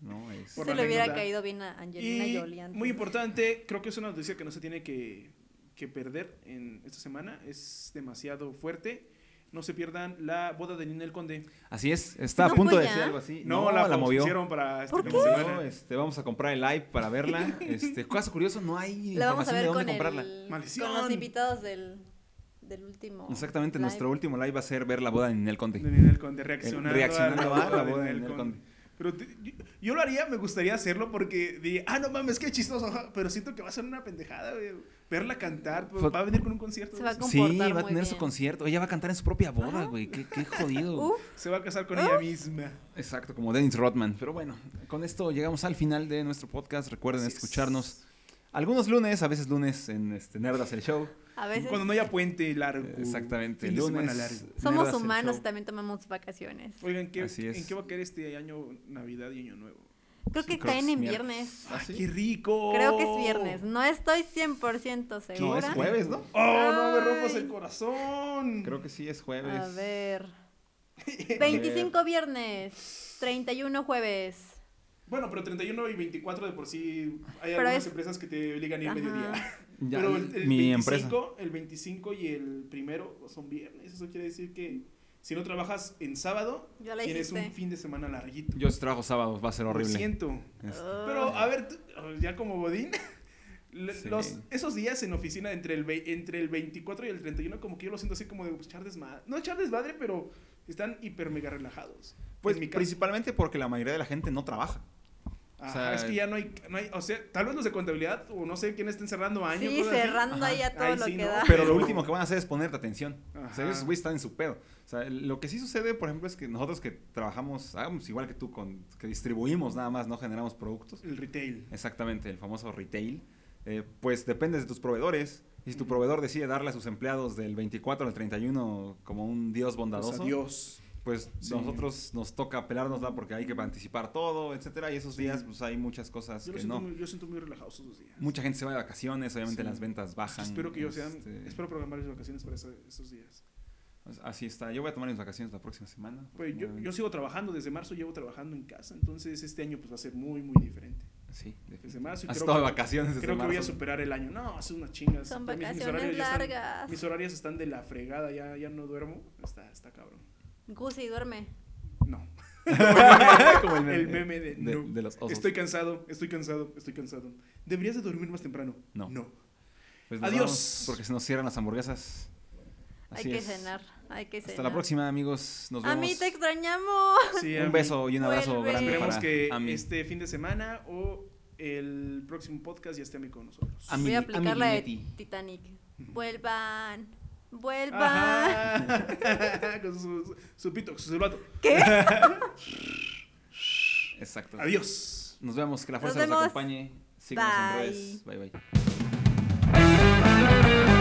B: No, es...
A: por la
C: se Este le hubiera
A: anécdota.
C: caído bien a Angelina
A: Y
C: Jolie antes.
A: muy importante, creo que es una noticia que no se tiene que, que perder en esta semana. Es demasiado fuerte. No se pierdan la boda de Ninel Conde.
B: Así es, está a
C: ¿No
B: punto
C: fue
B: de
C: ya?
B: decir algo así.
A: No, la,
B: movió.
A: pospusieron para esta
C: ¿Por
B: La movió,
A: semana.
B: este, vamos a comprar el live para verla. Este, caso curioso, no hay
C: La vamos a
B: información de
C: ver
B: dónde
C: con,
B: comprarla.
C: el,
A: Maldición.
C: con los invitados del, del último.
B: Exactamente,
C: live.
B: nuestro último live va a ser ver la boda de Ninel Conde.
A: De Ninel Conde,
B: El-
A: reaccionando,
B: reaccionando a la
A: de
B: boda de
A: Ninel
B: Ninel
A: Conde.
B: Conde.
A: Pero te- yo, yo lo haría, me gustaría hacerlo porque diría, ah, no mames, qué chistoso, ajá, pero siento que va a ser una pendejada, güey. Verla cantar, pues,
B: Fue-
A: va a venir con un concierto.
C: Se va a
A: güey.
C: con-
B: Sí,
C: comportar
B: va a
C: muy
B: tener su
C: bien. Ah.
B: concierto. Ella va a cantar en su propia boda, güey. Qué, qué jodido.
C: Uh,
A: Se va a casar con ella misma.
B: Exacto, como Dennis Rodman. Pero bueno, con esto llegamos al final de nuestro podcast. Recuerden
A: Así es.
B: escucharnos algunos lunes, a veces lunes en este Nerdas el Show.
C: a veces
A: Cuando no haya puente largo.
B: Eh, Exactamente,
A: fin de semana
B: lunes.
A: largo.
C: somos
B: Nerdas el
C: humanos y
B: Show.
C: también tomamos vacaciones.
A: Oigan, ¿qué,
B: Así es.
A: ¿en qué va a caer este año Navidad y Año Nuevo?
C: Creo que
B: Creo que
C: caen
B: es
C: en
B: miércoles.
C: viernes.
B: ¿Ah,
A: ¡Ah,
B: sí?
A: qué rico!
C: Creo que es viernes. No estoy 100% segura.
B: No, es jueves, ¿no?
A: ¡Oh, no me rompas el
C: Ay.
A: corazón!
B: Mm. Creo que sí es jueves.
C: A ver. 25 viernes, 31 jueves.
A: Bueno, pero 31 y 24 de por sí hay
C: Pero
A: algunas
C: es-
A: empresas que te obligan a ir
C: Ajá.
A: mediodía.
B: Ya,
A: Pero el, el
B: mi
A: 25, el 25 y el primero son viernes. Eso quiere decir que si no trabajas en sábado,
C: Ya la
A: tienes un
C: hiciste.
A: fin de semana larguito.
B: empresa. Yo sí trabajo sábados, va a ser
A: Lo
B: horrible.
A: siento.
C: Ah.
B: Este,
A: Pero a ver, tú- ya como Godín, le-
B: Sí.
A: los, esos días en oficina entre el, ve- entre el 24 y el 31, como que yo lo siento así como de pues, echar desmadre. No echar desmadre, pero están hiper mega relajados.
B: Pues
A: En mi caso.
B: principalmente porque la mayoría de la gente no trabaja.
A: Ajá,
B: sea,
A: es que ya no hay, no hay- O sea, tal vez los de contabilidad o no sé quién estén cerrando años.
C: Sí,
A: cosas así.
C: cerrando ahí a
A: Ajá.
C: todo
A: Ahí
C: lo
A: sí,
C: que
A: ¿no?
C: da.
B: Pero lo último que van a hacer es ponerte atención. O sea,
A: Ajá.
B: ellos güey, están en su pedo. O sea, el- lo que sí sucede, por ejemplo, es que nosotros que trabajamos, hagamos igual que tú, con, que distribuimos nada más, no generamos productos.
A: Ah, El retail.
B: Exactamente, el famoso retail. eh, pues dependes de tus proveedores. Y si tu proveedor decide darle a sus empleados del 24 al 31 como un dios bondadoso,
A: Pues, adiós.
B: pues
A: Sí.
B: nosotros nos toca pelárnosla porque hay que anticipar todo, etcétera. Y esos
A: Sí.
B: días pues hay muchas cosas
A: Yo, lo
B: que
A: siento
B: no.
A: muy, yo siento muy relajado esos dos días.
B: Mucha gente se va de vacaciones, obviamente
A: Sí. Pues
B: las ventas bajan.
A: espero que yo sean.
B: este, pues,
A: Espero programar mis vacaciones para esa- esos días.
B: Así está. Yo voy a tomar mis vacaciones la próxima semana.
A: Pues yo, yo
B: probablemente.
A: sigo trabajando, desde marzo llevo trabajando en casa, entonces este año pues va a ser muy, muy diferente.
B: Sí,
A: Desde marzo y
B: Has
A: creo
B: estado de
A: que-
B: vacaciones desde
A: Creo que voy a
B: marzo.
A: superar el año. No, son unas chingas.
C: Son
A: Ya mis- mis
C: vacaciones
A: horarios ya están-
C: largas.
A: Mis horarios están de la fregada, ya, ya no duermo. Está, está cabrón.
C: Gusi, duerme.
A: No.
B: Como el meme,
A: el meme de,
B: de-
A: no.
B: de los osos.
A: Estoy cansado, estoy cansado, estoy cansado. Deberías de dormir más temprano.
B: No.
A: No.
B: Pues nos
A: Adiós.
B: vamos, porque se nos cierran las hamburguesas. Así
C: hay que
B: es.
C: cenar. Hay que cenar.
B: Hasta la próxima, amigos. Nos vemos.
C: Ami, te extrañamos.
A: Sí, a
B: Un
A: mí. Pues
B: beso y un abrazo
C: Vuelve.
B: grande
A: Esperemos
B: para
A: que
B: Ami.
A: este fin de semana o el próximo podcast ya esté Ami con nosotros.
B: Ami.
C: Voy a aplicar la de
B: Amigonetti.
C: Titanic. Vuelvan. Vuelvan.
A: Ajá. con su, su pito, su silbato.
B: Exacto.
A: Adiós.
B: Nos vemos. Que la
C: Nos
B: fuerza nos,
C: vemos.
B: acompañe. Síganos en
C: Bye.
B: redes. Bye, bye.